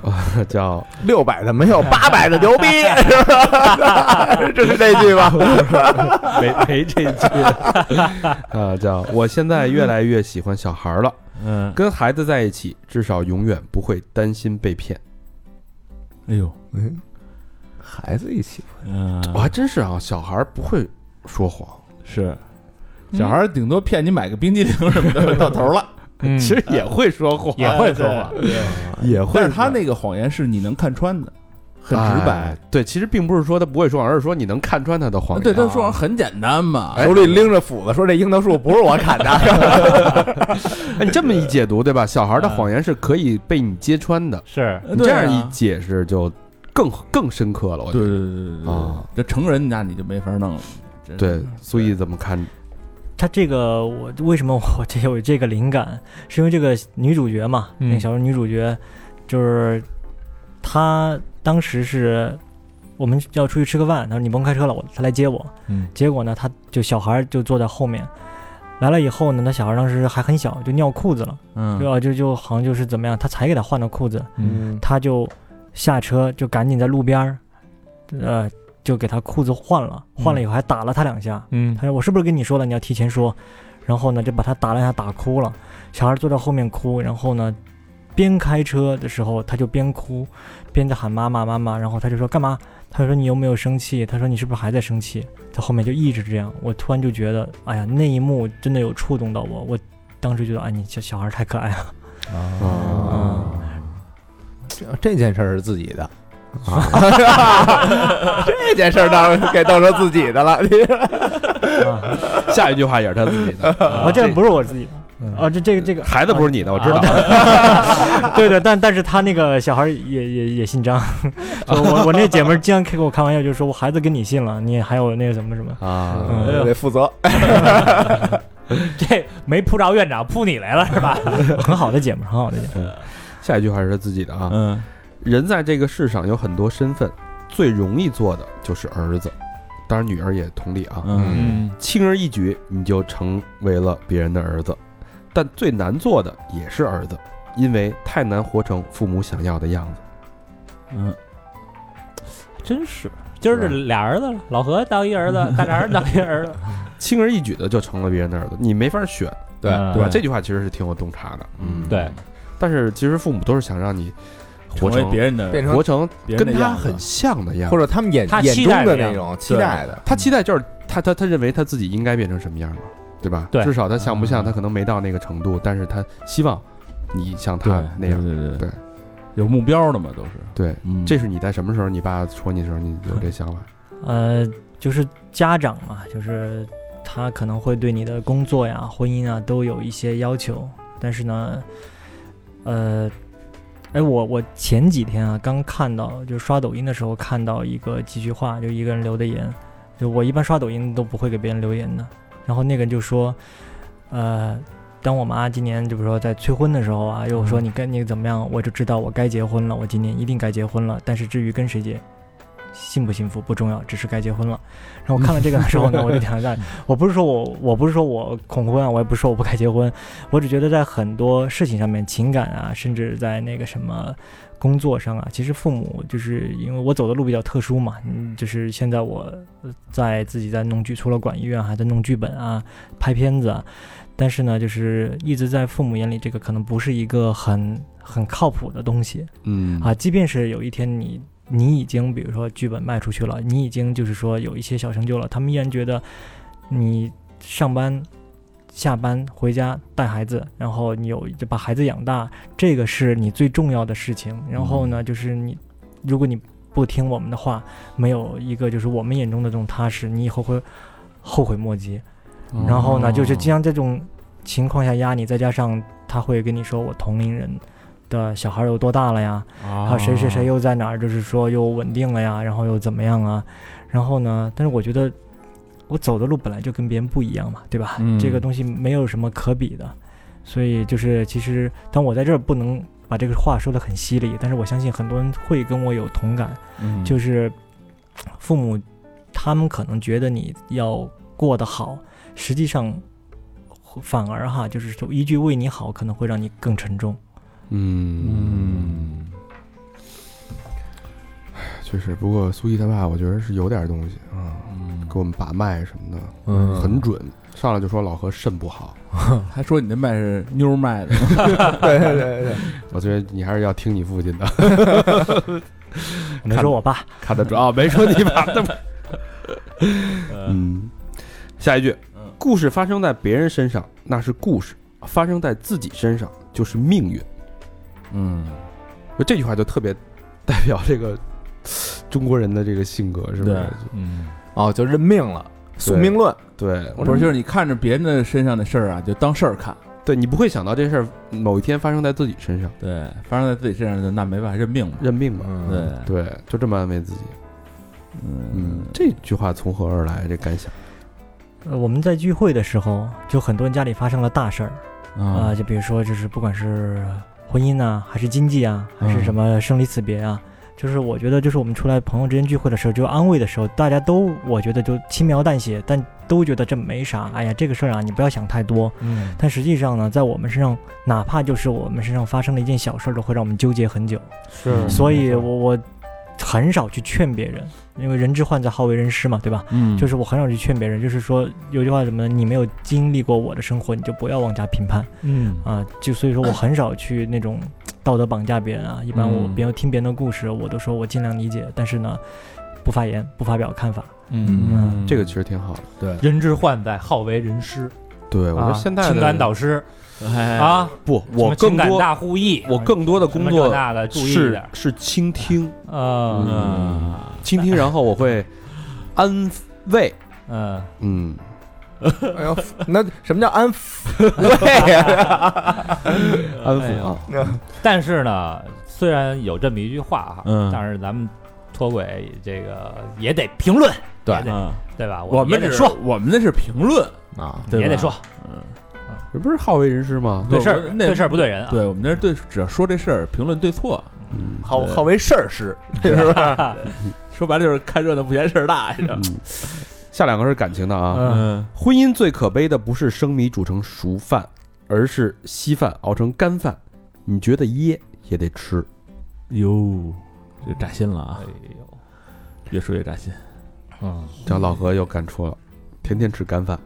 啊 *laughs* 叫
六百的没有八百的
*laughs*
牛逼，是吧？这是这句吧？
没没这
*laughs*
句啊，叫我现在越来越喜欢小孩儿了，
嗯，
跟孩子在一起，至少永远不会担心被骗。
哎呦，
嗯，孩子一起
嗯，
哦
我还真是啊，小孩儿不会说谎，
是，
嗯
小孩儿顶多骗你买个冰激凌什么
*laughs*
的，到头了，
嗯
其实也会说谎，
也会说啊
哦
话，
也会
但是他那个谎言是你能看穿的，很直白
哎。。对，其实并不是说他不会说谎，而是说你能看穿他的谎言。
对，他说谎很简单嘛，
啊手里拎着斧子说：“这樱桃树不是我砍的。
哎，你这么一解读，对吧？小
嗯
孩的谎言是可以被你揭穿的，
是
呃
对啊
你这样一解释就更更深刻了。我觉
对
得
对对对对
啊，
这成人那你就没法弄了。真是
对，苏毅怎么看？
他这个我为什么我这有这个灵感，是因为这个女主角嘛，
嗯
那个小说女主角就是她当时是我们要出去吃个饭，她说你不用开车了，我她来接我。
嗯
结果呢，她就小孩就坐在后面，来了以后呢，那小孩当时还很小，就尿裤子了，
嗯
就啊就就好像就是怎么样，他才给他换的裤子，
嗯
他就下车就赶紧在路边儿，呃，就给他裤子换了，换了以后还打了他两下。
嗯
他说我是不是跟你说了你要提前说？然后呢就把他打了一下，打哭了。小孩坐在后面哭，然后呢边开车的时候他就边哭，边在喊妈妈妈妈。然后他就说干嘛？他就说你有没有生气？他说你是不是还在生气？他后面就一直这样。我突然就觉得，哎呀，那一幕真的有触动到我。我当时觉得，哎，你小小孩太可爱了。
啊，
这”这件事儿是自己的。啊， *laughs* 这件事儿当然给当成自己的了。
啊，
*laughs* 下一句话也是他自己的。
啊，这个不是我自己的，啊，这这个这个
孩子不是你的，我知道。
*laughs* 对的，但但是他那个小孩也也也姓张， *laughs* 就我我那姐们儿经常开给我开玩笑，就说我孩子跟你姓了，你还有那个什么什么，
啊，
哎
嗯，
得负责。
这没扑着院长扑你来了是吧？
很好的姐们儿，很好的姐们
下一句话是他自己的啊。
嗯，
人在这个世上有很多身份，最容易做的就是儿子，当然女儿也同理啊。
嗯
嗯
轻而易举你就成为了别人的儿子，但最难做的也是儿子，因为太难活成父母想要的样子。
嗯，
真是，今儿这俩儿子了，老何当一儿子，大俩儿当一儿子，
轻而易举的就成了别人的儿子，你没法选，
对
对吧？
嗯
这句话其实是挺有洞察的，嗯，
对。
但是其实父母都是想让你活
成为
成
别人的
变成
活成
别人的
跟他
样子
很像的样
或
子，
者他们眼
他
眼
期
中
待
的
这样
那种期待的，
他期待就是他他他认为他自己应该变成什么样嘛，对吧？
对
至少他像不像
嗯
他可能没到那个程度，但是他希望你像
对
他那样。
对对
对，
有目标的嘛，都是。
对，
嗯，
这是你在什么时候你爸说你的时候，你有这想法？
儿，呃，就是家长嘛，就是他可能会对你的工作呀、婚姻啊都有一些要求，但是呢，呃。哎，我我前几天啊，刚看到，就是刷抖音的时候看到一个几句话，就一个人留的言，就我一般刷抖音都不会给别人留言的。然后那个人就说，呃，当我妈今年就比如说在催婚的时候啊，又说你该你怎么样，我就知道我该结婚了，我今年一定该结婚了。但是至于跟谁结，幸不幸福不重要，只是该结婚了。然后我看了这个的时候呢，我就想在，我不是说我我不是说我恐婚啊，我也不是说我不该结婚，我只觉得在很多事情上面，情感啊，甚至在那个什么。工作上啊，其实父母就是因为我走的路比较特殊嘛，嗯，就是现在我在自己在弄剧，除了管音乐还在弄剧本啊，拍片子啊。但是呢，就是一直在父母眼里，这个可能不是一个很很靠谱的东西
嗯
啊。即便是有一天你你已经，比如说剧本卖出去了，你已经就是说有一些小成就了，他们依然觉得你上班、下班回家带孩子，然后你有就把孩子养大，这个是你最重要的事情。然后呢，就是你如果你不听我们的话，没有一个就是我们眼中的这种踏实，你以后会后悔莫及。
嗯
然后
哦
呢，就是经常这种情况下压你，再加上他会跟你说我同龄人的小孩儿有多大了呀，还有
哦
谁谁谁又在哪儿，就是说又稳定了呀，然后又怎么样啊？然后呢，但是我觉得我走的路本来就跟别人不一样嘛，对吧？
哦
嗯
这个东西没有什么可比的，所以就是其实，但我在这儿不能把这个话说的很犀利，但是我相信很多人会跟我有同感，
嗯
就是父母他们可能觉得你要过得好，实际上反而哈，就是说一句为你好，可能会让你更沉重。
嗯，唉确实。不过苏毅他爸，我觉得是有点东西啊，给我们把脉什么的，
嗯
很准。上来就说老何肾不好，
还说你那脉是妞脉的，
对对对对，
我觉得你还是要听你父亲的，
我没说我爸，
看得准啊。没说你爸，那不嗯。下一句，故事发生在别人身上那是故事，发生在自己身上就是命运。
嗯，
就这句话就特别代表这个中国人的这个性格，是不是
对？
嗯，
哦，就认命了，宿命论，
对，
不是，就是你看着别人的身上的事儿啊，就当事儿看，
对你不会想到这事儿某一天发生在自己身上，
对，发生在自己身上的那没办法认命嘛，
认命吧。
嗯，
对，
对，就这么安慰自己。
嗯
嗯，，这句话从何而来？这感想？
呃，我们在聚会的时候，就很多人家里发生了大事儿啊、
啊，
就比如说就是不管是婚姻啊，还是经济啊，还是什么生离死别啊。就是我觉得，就是我们出来朋友之间聚会的时候，就安慰的时候，大家都我觉得就轻描淡写，但都觉得这没啥。哎呀，这个事儿啊，你不要想太多。
嗯
但实际上呢，在我们身上，哪怕就是我们身上发生了一件小事儿，都会让我们纠结很久。
是
所以我我很少去劝别人，因为人之患在好为人师嘛，对吧？
嗯
就是我很少去劝别人，就是说有句话什么，你没有经历过我的生活，你就不要妄加评判
嗯
啊。就所以说我很少去那种道德绑架别人啊。一般我
嗯
别人听别人的故事，我都说我尽量理解，但是呢，不发言，不发表看法。
嗯，
这个其实挺好的。
人之患在好为人师，
对，我觉
啊
得现在的
情感导师
哎，
啊，
不，
什
我
么情
更
感
多
大互译，
我更多的
什
工
么这
作
那的注意一
是
点，
是倾听，
嗯
嗯，
*laughs*
倾听，然后我会安慰。
嗯，
嗯，
哎呦，那什么叫安抚？
安
哎
抚
呦
啊，
但是呢，虽然有这么一句话哈，
嗯
但是咱们脱轨这个也得评论，
对
也得
啊
对吧？
我
们
们
也得
只
说，，
我们那是评论，
啊？
对吧
也得说，
这不是好为人师吗？
对事儿
我那
对事儿不对人啊。
对我们那是对，只要说这事儿，评论对错，
嗯
好
对
好为事儿师，是吧？
说白了就是看热闹不嫌事儿大，你知道吗
嗯下两个是感情的啊。
嗯
婚姻最可悲的不是生米煮成熟饭，而是稀饭熬成干饭。你觉得噎也得吃。
哟，这扎心了啊
哎！呦，
越说越扎心。
嗯，
这老何又干戳了，天天吃干饭，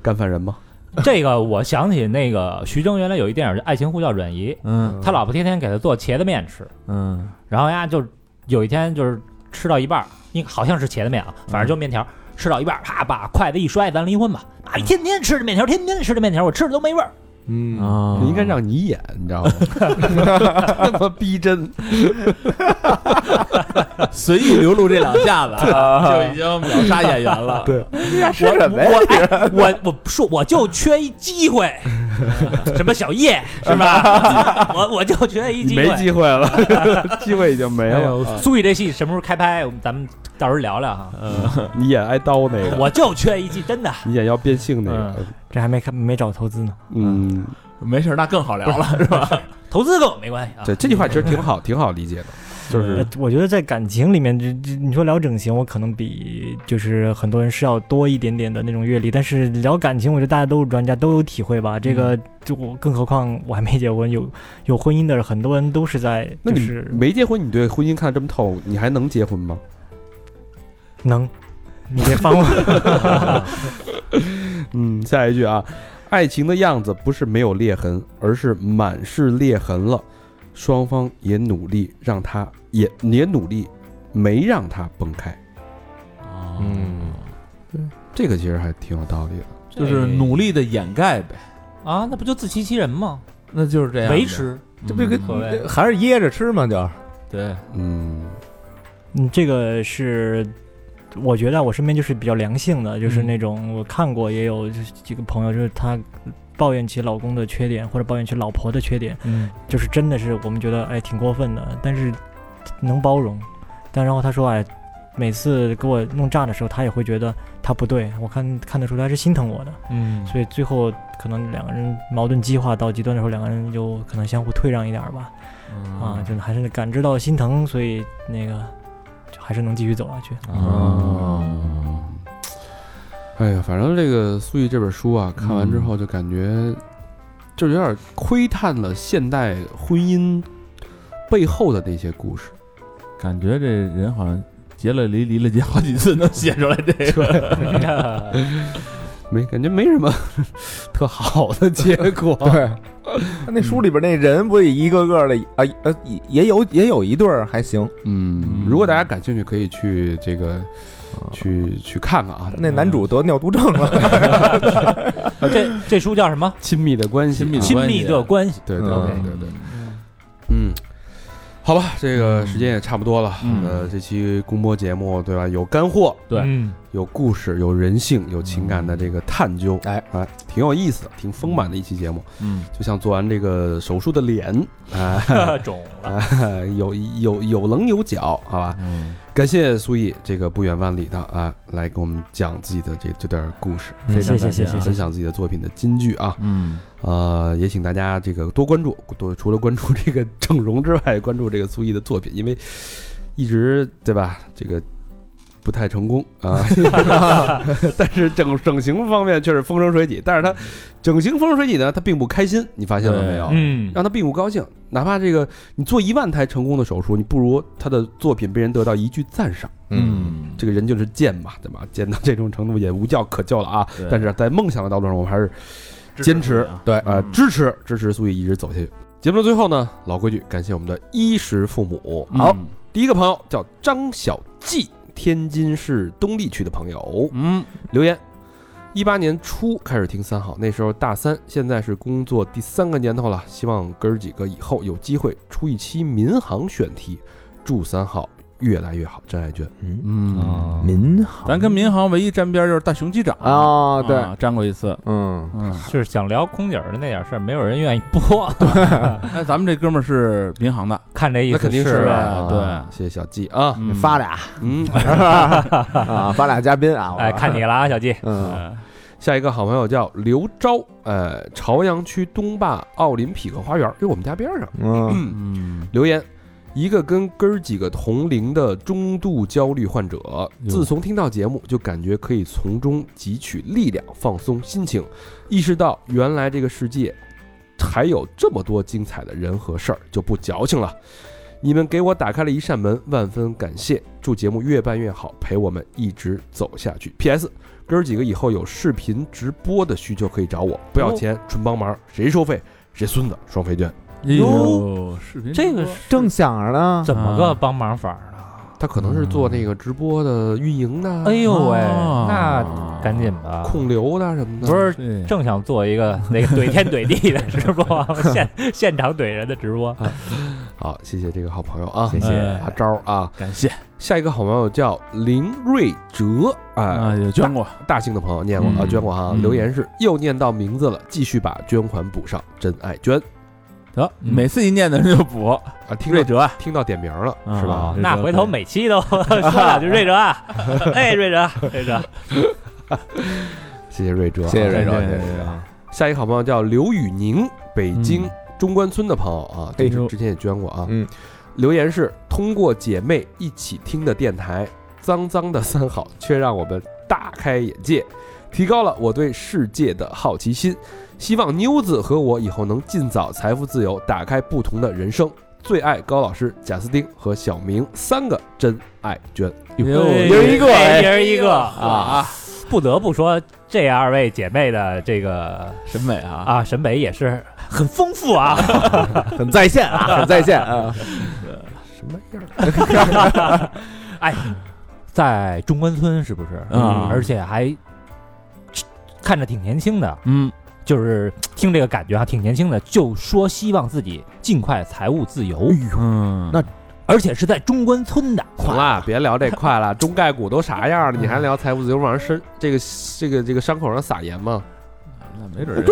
干饭人吗？
这个我想起那个徐峥原来有一电影叫《爱情呼叫转移》，
嗯
他老婆天天给他做茄子面吃，
嗯
然后呀，就有一天就是吃到一半儿，应好像是茄子面啊，反正就面条。吃到一半儿，啪，把筷子一摔，咱离婚吧！啊，天天吃这面条，天天吃这面条，我吃的都没味儿。
嗯
啊
应该让你演，你知 *laughs* 道吗？那么逼真，
嗯 *laughs* 随意流露这两下子 *laughs* 啊，就已经秒杀演员了。 *laughs* 对，
是什么呀？
我哎，我我说我就缺一机会， *laughs* 什么小叶是吧？ *laughs* 我我就缺一机
没
会。
机会了， *laughs* 机会已经没
哎
了。
呦，苏毅这戏什么时候开拍？我们咱们到时候聊聊哈。
你演挨刀那个，
我就缺一季，真的。
你演要变性那个，
这还没看没找投资呢，
嗯，
没事儿，那更好聊 *laughs* 了。
投资跟我没关系啊。
对，这句话其实挺好，挺好理解的，就是
呃我觉得在感情里面，这这你说聊整形，我可能比就是很多人是要多一点点的那种阅历，但是聊感情，我觉得大家都是专家，都有体会吧。这
嗯
个就我，更何况我还没结婚，有有婚姻的很多人都是在
那
就
你
是
没结婚，你对婚姻看得这么透，你还能结婚吗？
能，你别翻我。
嗯，下一句啊，爱情的样子不是没有裂痕，而是满是裂痕了。双方也努力让它也也努力没让它崩开。
哦
嗯，
这个其实还挺有道理的。
就是努力的掩盖呗，
啊，那不就自欺欺人吗？
那就是这样的嗯
维持
这不跟
所谓
还是噎着吃嘛？就是，
对，
嗯，
嗯，这个是我觉得啊我身边就是比较良性的，就是那种我看过也有就是几个朋友，就是她抱怨起老公的缺点或者抱怨起老婆的缺点，
嗯，
就是真的是我们觉得哎挺过分的，但是能包容。但然后她说哎，每次给我弄炸的时候，她也会觉得她不对，我看看得出她是心疼我的，
嗯
所以最后可能两个人矛盾激化到极端的时候，两个人就可能相互退让一点儿吧。
嗯
啊，就是还是感知到心疼，所以
哦 *laughs*
哦
那个就还是能继续走下去。
啊，
哎呀，反正这个《苏玉》这本书啊，看完之后就感觉，就是有点窥探了现代婚姻背后的那些故事。
感觉这人好像结了离，离了结好几次，能写出来这个。
没感觉没什么 *laughs* 特好的结果
对，那
嗯
书里边那人不也一个个的啊呃也也有也有一对儿还行，
嗯，如果大家感兴趣，可以去这个去去看看啊，
那男主得尿毒症了，
这这书叫什么？
亲密的关系，亲
*laughs*
密
亲密的关系。
对对
嗯
对对对，嗯，好吧，这个时间也差不多了，
嗯
呃，这期公播节目对吧？有干货，
对
*laughs* 嗯，
有故事，有人性，有情感的这个探究，
哎
哎，挺有意思的，挺丰满的一期节目，
嗯，
就像做完这个手术的脸，哎，
肿了。
哎 *laughs* 有有有棱有角，好吧？
嗯，
感谢苏毅这个不远万里的啊，来给我们讲自己的这这段故事，
谢谢谢谢
非常感谢啊
谢谢。
分享自己的作品的金句啊。
嗯，
呃，也请大家这个多关注，多除了关注 *laughs* 这个整容之外，关注这个苏毅的作品，因为一直对吧，这个不太成功啊， *laughs* 但是整整形方面确实风生水起，但是他整形风生水起呢，他并不开心，你发现了没有？
嗯，
让他并不高兴，哪怕这个你做一万台成功的手术，你不如他的作品被人得到一句赞赏。
嗯，
这个人就是贱嘛，对吧？贱到这种程度也无教可教了啊！
对
但是在梦想的道路上，我们还是坚持
啊，
对
呃，支持支持苏毅一直走下去。节目的最后呢，老规矩，感谢我们的衣食父母。
嗯
好，，第一个朋友叫张小季，天津市东丽区的朋友
嗯，
留言：一八年初开始听三好，那时候大三，现在是工作第三个年头了。希望哥儿几个以后有机会出一期民航选题，祝三好越来越好。真爱娟，
嗯，
民航
咱跟民航唯一沾边就是大熊机长
啊对，
啊沾过一次。
嗯，
嗯，
就是想聊空姐儿的那点事儿，没有人愿意播。
哎，咱们这哥们儿是民航的，
看这意
那
思
肯定
是
是
吧？
*laughs* 啊
对
谢谢小季啊，
嗯
发
*laughs*
俩
嗯。
啊发俩嘉宾啊，我
哎，看你了啊，小季。
嗯
哎
下一个好朋友叫刘钊，呃，朝阳区东坝奥林匹克花园，就我们家边上。 *laughs*
嗯
嗯，
嗯，
留言，一个跟哥儿几个同龄的中度焦虑患者，自从听到节目，就感觉可以从中汲取力量，放松心情，意识到原来这个世界还有这么多精彩的人和事儿，就不矫情了。你们给我打开了一扇门，万分感谢！祝节目越办越好，陪我们一直走下去。P.S. 哥儿几个以后有视频直播的需求可以找我，不要钱，纯帮忙，谁收费谁孙子，双飞捐。
哎呦，视频
这个
直播
正想着呢，
怎么个帮忙法儿呢？
他可能是做那个直播的运营的、
哎呦喂，
啊
那赶紧吧。
控流的什么的。
不是
对
正想做一个那个怼天怼地的直播， *laughs* 现现场怼人的直播。
好，谢谢这个好朋友啊，
谢谢
阿招儿啊。
感谢
下一个好朋友叫林瑞哲，哎，
啊，也捐过，
大兴的朋友念过啊，
嗯
捐过啊。
嗯
留言是又念到名字了，继续把捐款补上，真爱捐
得每次一念的人就补，
啊，听
瑞
到
哲
听到点名了
啊
是吧？
啊
那回头每期都 *laughs* 说两句瑞哲 *laughs* 啊，哎，瑞哲，瑞哲，
谢谢瑞哲啊，
谢谢瑞哲，谢谢
对对
瑞
对
哲，
下一个好朋友叫刘宇宁，北京中关村的朋友啊，
哎
这是之前也捐过啊。
嗯，
留言是通过姐妹一起听的电台，脏脏的三好却让我们大开眼界，提高了我对世界的好奇心。希望妞子和我以后能尽早财富自由，打开不同的人生。最爱高老师、贾斯汀和小明三个真爱捐， *laughs*
哎
一
呦
人一个，一人一个
啊
啊！不得不说，这二位姐妹的这个
审美啊，
啊，审美也是很丰富啊。
很在线啊，很在线啊，
*laughs* 哎，在中关村是不是？
嗯
而且还看着挺年轻的，
嗯，
就是听这个感觉啊，挺年轻的，就说希望自己尽快财务自由，
嗯，
哎那而且是在中关村的，
行啦，别聊这块
*laughs*
了，中概股都啥样
嗯
了，你还聊财富自由往人身这个这个这个伤口上撒盐
啊
吗？
那没准儿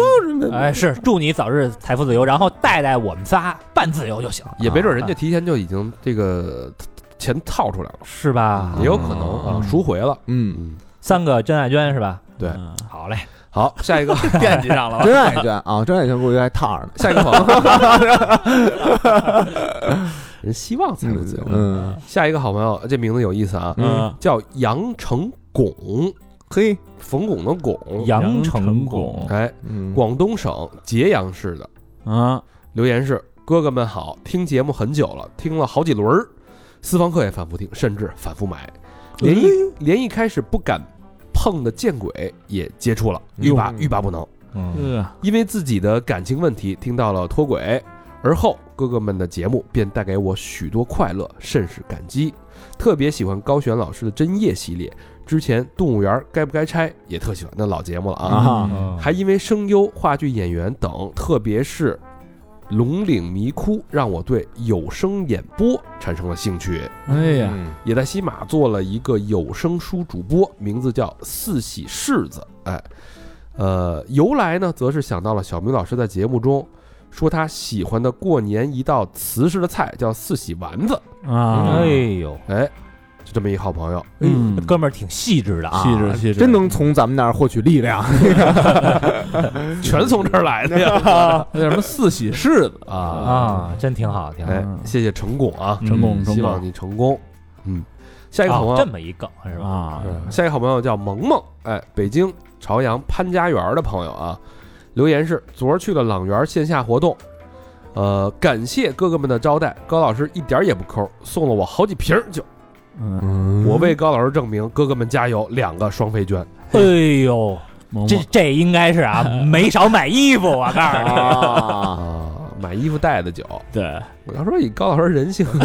人
哎，是祝你早日财富自由，然后带带我们仨半自由就行，
也没准人家
哎
提前就已经这个钱套出来了，
是
嗯
吧？
也有可能啊，赎回了。
嗯，
嗯，
三个真爱娟是吧？
对
啊
嗯好嘞，
好，下一个，
*laughs* 惦记上了吧，
真爱娟啊，真爱娟估计还烫着呢，
*laughs* 下一个朋友， *laughs* 人希望财富自由。
嗯
啊下一个好朋友，这名字有意思啊，
嗯
叫杨成拱，
嘿，
冯巩的巩，
杨
成
成
拱
拱，
哎，
嗯
广东省揭阳市的
啊，
留言是：哥哥们好，听节目很久了，听了好几轮儿，私房课也反复听，甚至反复买，连一连一开始不敢碰的见鬼也接触了，欲罢
哟
欲罢不能。
嗯
呃，
因为自己的感情问题听到了脱轨，而后哥哥们的节目便带给我许多快乐，甚是感激。特别喜欢高璇老师的针叶系列，之前动物园该不该拆也特喜欢那老节目了啊，
啊
还因为声优、话剧演员等，特别是《龙岭迷窟》，让我对有声演播产生了兴趣。
哎呀，
嗯
也在西马做了一个有声书主播，名字叫四喜柿子。哎，呃，由来呢，则是想到了小明老师在节目中说他喜欢的过年一道瓷式的菜叫四喜丸子。
啊
哎，呦，
哎，就这么一好朋友，
嗯
这哥们儿挺细致的啊，
气质气质，
真能从咱们那儿获取力量。
全从这儿来的
嗯
呀
那叫什么四喜柿子
啊！
啊，真挺好，挺好。
哎，谢谢成功啊，
成功
希
成
望
功
你成功。嗯，下一个好
哦
朋
这
友，
么一梗是吧？
啊，
下一个好朋友叫萌萌，哎，北京朝阳潘家园的朋友啊，留言是昨儿去了朗园线下活动，呃，感谢哥哥们的招待，高老师一点儿也不抠，送了我好几瓶儿酒，
嗯，
嗯
我为高老师证明，哥哥们加油，两个双飞娟，
哎呦，
萌
这
萌
这应该是啊，没少买衣服，我告诉你。
啊，
啊，买衣服带的酒，
对，
我要说以高老师人性，不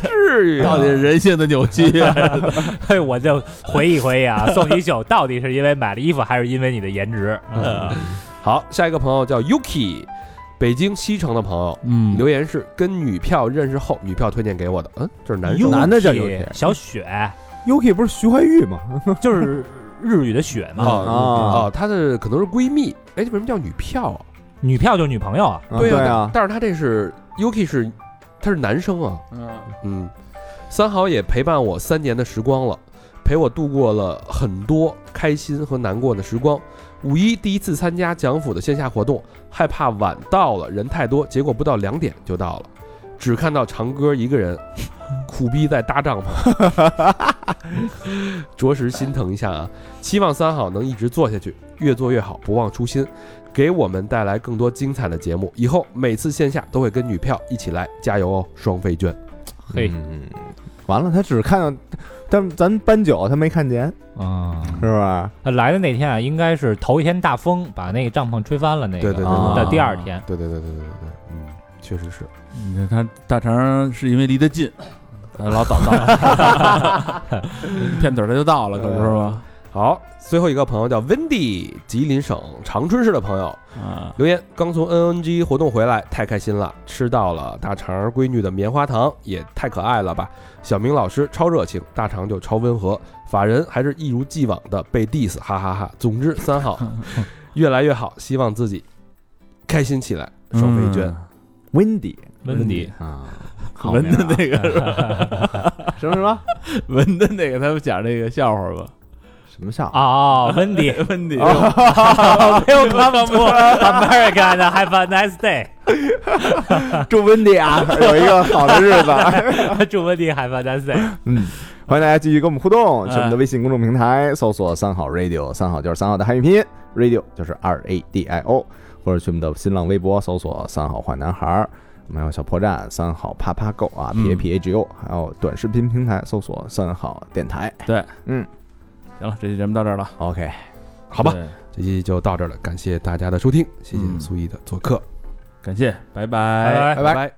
至于啊，
*laughs* 到底人性的扭曲，
嘿，我就回忆回忆啊，送你酒到底是因为买了衣服，还是因为你的颜值？呃
好，下一个朋友叫 Yuki，北京西城的朋友。
嗯
留言是跟女票认识后，女票推荐给我的。嗯，这是男生
男的叫有
尤
钱
其小雪，
Yuki 不是徐怀钰吗？
就是日语的雪
*laughs*
嘛，
啊
啊
啊，她的可能是闺蜜，哎，为什么叫女票啊？
女票就是女朋友啊。
对
啊
啊，，
但但是她这是 Yuki 是他是男生啊，嗯，三好也陪伴我三年的时光了，陪我度过了很多开心和难过的时光。五一第一次参加蒋府的线下活动，害怕晚到了，人太多，结果不到两点就到了，只看到长歌一个人苦逼在搭帐篷， *laughs* 着实心疼一下啊！希望三好能一直做下去，越做越好，不忘初心，给我们带来更多精彩的节目。以后每次线下都会跟女票一起来，加油哦，双飞娟！
嘿
嗯， *laughs* 完了，他只看到，但咱搬酒他没看见，
啊，
是不是？
他来的那天啊，应该是头一天大风把那个帐篷吹翻了，那个
对对对啊
对
到第二天，
对对对对对对对，嗯，确实是。
你看他大肠是因为离得近，呃老早到， *laughs* 片腿儿他就到了，可不是吗？
好，最后一个朋友叫 Wendy，吉林省长春市的朋友
啊，
留言，刚从 NNG 活动回来，太开心了，吃到了大肠儿闺女的棉花糖，也太可爱了吧！小明老师超热情，大肠就超温和，法人还是一如既往的被 diss，哈哈哈总之，
*laughs*
三好越来越好，希望自己开心起来，双飞娟。
Windy
温迪
啊，好
文
名
的
啊
那个是吧？
*laughs* 什么什
*laughs*
么
文的那个，他们讲这个笑话吧？
什么
*laughs*
笑？
哦，温迪 *laughs*
温迪，
，Welcome to America and have a nice day， *laughs*
祝 Windy 啊 *laughs* 有一个好的日
*laughs*
子。
祝温迪 have a nice day，啊
欢迎大家继续跟我们互动，去我们的微信公众平台搜索“三好 radio”，三好就是三好的汉语拼音，radio 就是 R A D I O，或者去我们的新浪微博搜索“三好坏男孩儿”，我们还有小破站“三好啪啪 go” 啊，P
嗯
A P A G O，还有短视频平台搜索“三好电台
行了，这期节目到这儿了，”。
OK，
好吧
对，
这期就到这儿了，感谢大家的收听，谢谢
嗯
苏毅的做客，
感谢，拜
拜
拜。
拜
拜。
拜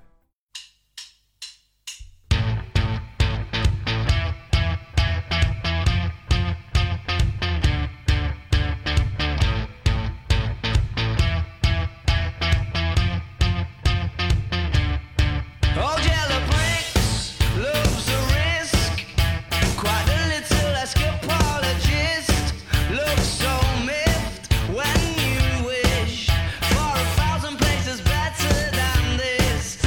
When you wish for a thousand places better than this,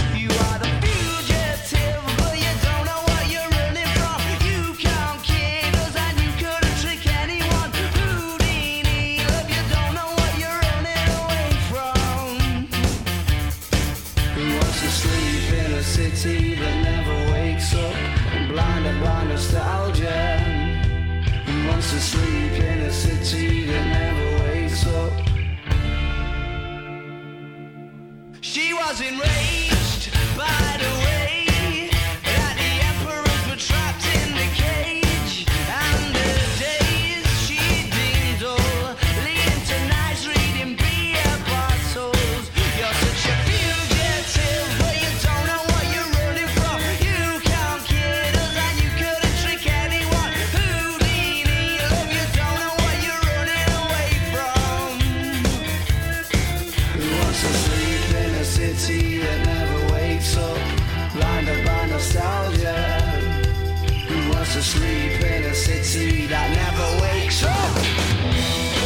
deep in a city that never wakes up.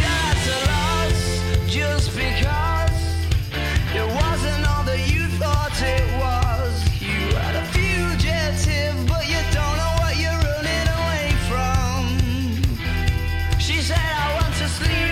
Yeah, it's a loss just because it wasn't all that you thought it was. You had a fugitive, but you don't know what you're running away from. She said, I want to sleep.